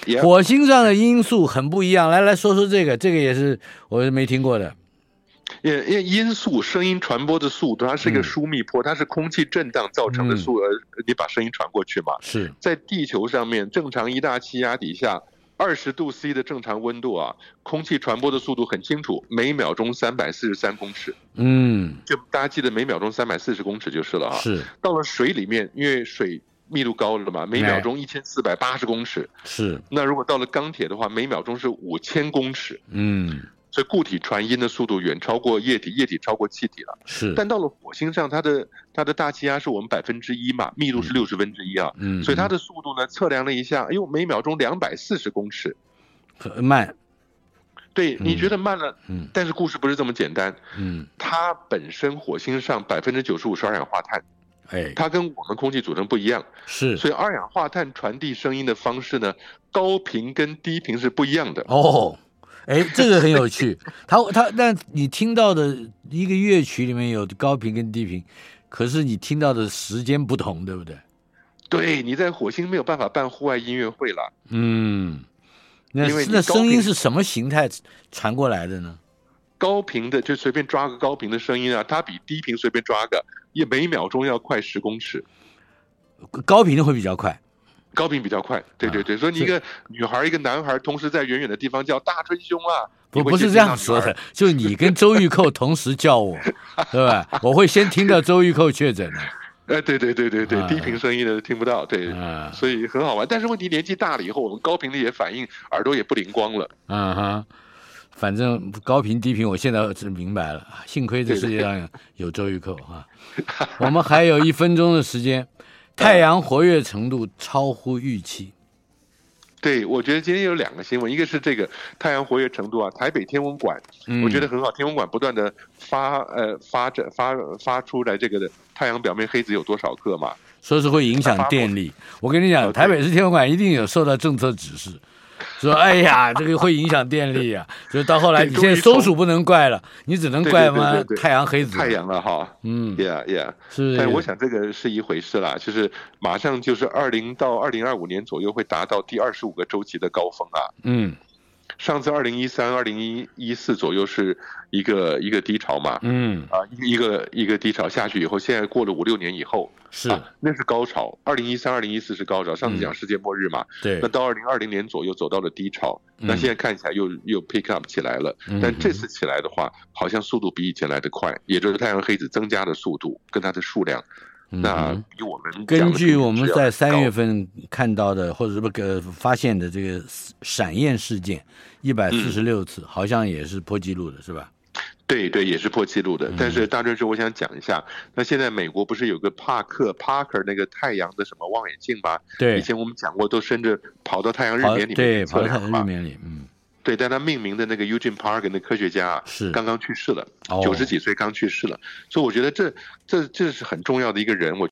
Speaker 3: 也
Speaker 2: 火星上的因素很不一样，来来说说这个，这个也是我没听过的。
Speaker 3: 因因为音速声音传播的速度，它是一
Speaker 2: 嗯
Speaker 3: 个疏密波，它是空气震荡造成的
Speaker 2: 嗯
Speaker 3: 速，呃，你把声音传过去嘛。
Speaker 2: 是，
Speaker 3: 在地球上面，正常一大气压底下，二十度 C 的正常温度啊，空气传播的速度很清楚，每秒钟三百四十三公尺，
Speaker 2: 嗯，
Speaker 3: 就大家记得每秒钟三百四十公尺就是了啊。
Speaker 2: 是
Speaker 3: 到了水里面，因为水密度高了嘛，每
Speaker 2: 哎
Speaker 3: 秒钟一千四百八十公尺。
Speaker 2: 是，
Speaker 3: 那如果到了钢铁的话，每秒钟是五千公尺。
Speaker 2: 嗯
Speaker 3: 所以固体传音的速度远超过液体，液体超过气体了。
Speaker 2: 是，
Speaker 3: 但到了火星上，它的它的大气压是我们百分之一嘛，密度是六十分之一啊，
Speaker 2: 嗯，
Speaker 3: 所以它的速度呢，测量了一下，哎呦，每秒钟两百四十公尺。
Speaker 2: 很慢，
Speaker 3: 对，你
Speaker 2: 嗯
Speaker 3: 觉得慢了，
Speaker 2: 嗯
Speaker 3: 但是故事不是这么简单。
Speaker 2: 嗯，
Speaker 3: 它本身火星上百分之九十五是二氧化碳，
Speaker 2: 哎，
Speaker 3: 它跟我们空气组成不一样，
Speaker 2: 是
Speaker 3: 所以二氧化碳传递声音的方式呢，高频跟低频是不一样的。
Speaker 2: 哦，哎，这个很有趣。他他，那你听到的一个乐曲里面有高频跟低频，可是你听到的时间不同，对不对？
Speaker 3: 对，你在火星没有办法办户外音乐会了，
Speaker 2: 嗯，那
Speaker 3: 因为你
Speaker 2: 那
Speaker 3: 高
Speaker 2: 声音
Speaker 3: 频
Speaker 2: 是什么形态传过来的呢？
Speaker 3: 高频的就随便抓个高频的声音啊，它比低频随便抓个也每秒钟要快十公尺。
Speaker 2: 高频的会比较快。
Speaker 3: 高频比较快，对对对，
Speaker 2: 啊
Speaker 3: 所以你一个女孩一个男孩同时在远远的地方叫大春兄啊，
Speaker 2: 不
Speaker 3: 你会
Speaker 2: 不
Speaker 3: 先
Speaker 2: 是
Speaker 3: 听
Speaker 2: 这
Speaker 3: 到
Speaker 2: 样
Speaker 3: 女
Speaker 2: 说
Speaker 3: 孩
Speaker 2: 的，就你跟周玉蔻同时叫 我，对吧？我会先听到周玉蔻确诊的
Speaker 3: 呃，对对对对对，
Speaker 2: 啊
Speaker 3: 低频声音的听不到，对，
Speaker 2: 啊
Speaker 3: 所以很好玩。但是问题年纪大了以后，我们高频的也反应耳朵也不灵光了。
Speaker 2: 啊哈，反正高频低频我现在是明白了，幸亏这世界上有周玉蔻啊。我们还有一分钟的时 间，太阳活跃程度超乎预期，
Speaker 3: 对，我觉得今天有两个新闻，一个是这个太阳活跃程度啊，台北天文馆，
Speaker 2: 嗯
Speaker 3: 我觉得很好，天文馆不断的发呃发展发发出来这个的太阳表面黑子有多少克嘛，
Speaker 2: 说是会影响电力。我跟你讲，
Speaker 3: 哦对
Speaker 2: 台北市天文馆一定有受到政策指示，说哎呀，这个会影响电力啊。所以到后来，
Speaker 3: 对
Speaker 2: 你现在
Speaker 3: 终于
Speaker 2: 松鼠不能怪了，你只能怪嘛
Speaker 3: 对对对对对
Speaker 2: 太阳黑子。
Speaker 3: 太，阳了哈
Speaker 2: 嗯，
Speaker 3: ，yeah yeah。
Speaker 2: 是不是？
Speaker 3: 但我想这个是一回事啦，就是马上就是二零到二零二五年左右会达到第二十五个周期的高峰啊。
Speaker 2: 嗯
Speaker 3: 上次二零一三、二零一一四左右是一个一个低潮嘛，
Speaker 2: 嗯
Speaker 3: 啊，一一个一个低潮下去以后，现在过了五六年以后，
Speaker 2: 是
Speaker 3: 啊，那是高潮。二零一三、二零一四是高潮，上次讲世界末日嘛，
Speaker 2: 嗯对
Speaker 3: 那，到二零二零年左右走到了低潮，
Speaker 2: 嗯
Speaker 3: 那现在看起来又又 pick up 起来了，
Speaker 2: 嗯
Speaker 3: 但这次起来的话，好像速度比以前来的快，也就是太阳黑子增加的速度跟它的数量。
Speaker 2: 嗯
Speaker 3: 那比我们
Speaker 2: 根据我们在三月
Speaker 3: 份
Speaker 2: 份看到的，或者是不呃发现的这个闪焰事件，一百四
Speaker 3: 嗯
Speaker 2: 十六次，好像也是破纪录的，是吧？
Speaker 3: 对对也是破纪
Speaker 2: 嗯
Speaker 3: 录的。但是大壮师，我想讲一下，那现在美国不是有个帕克 Parker 那个太阳的什么望远镜吗？
Speaker 2: 对
Speaker 3: 以，前我们讲过，都甚至跑到太阳日
Speaker 2: 跑
Speaker 3: 冕里
Speaker 2: 对
Speaker 3: 面
Speaker 2: 跑
Speaker 3: 测
Speaker 2: 到太
Speaker 3: 量
Speaker 2: 阳
Speaker 3: 嘛
Speaker 2: 日冕里，嗯，
Speaker 3: 对，但他命名的那个 Eugene Park 那科学家啊，
Speaker 2: 是
Speaker 3: 刚刚去世了
Speaker 2: 哦，
Speaker 3: 九十几岁刚去世了，所以我觉得这这这是很重要的一个人，我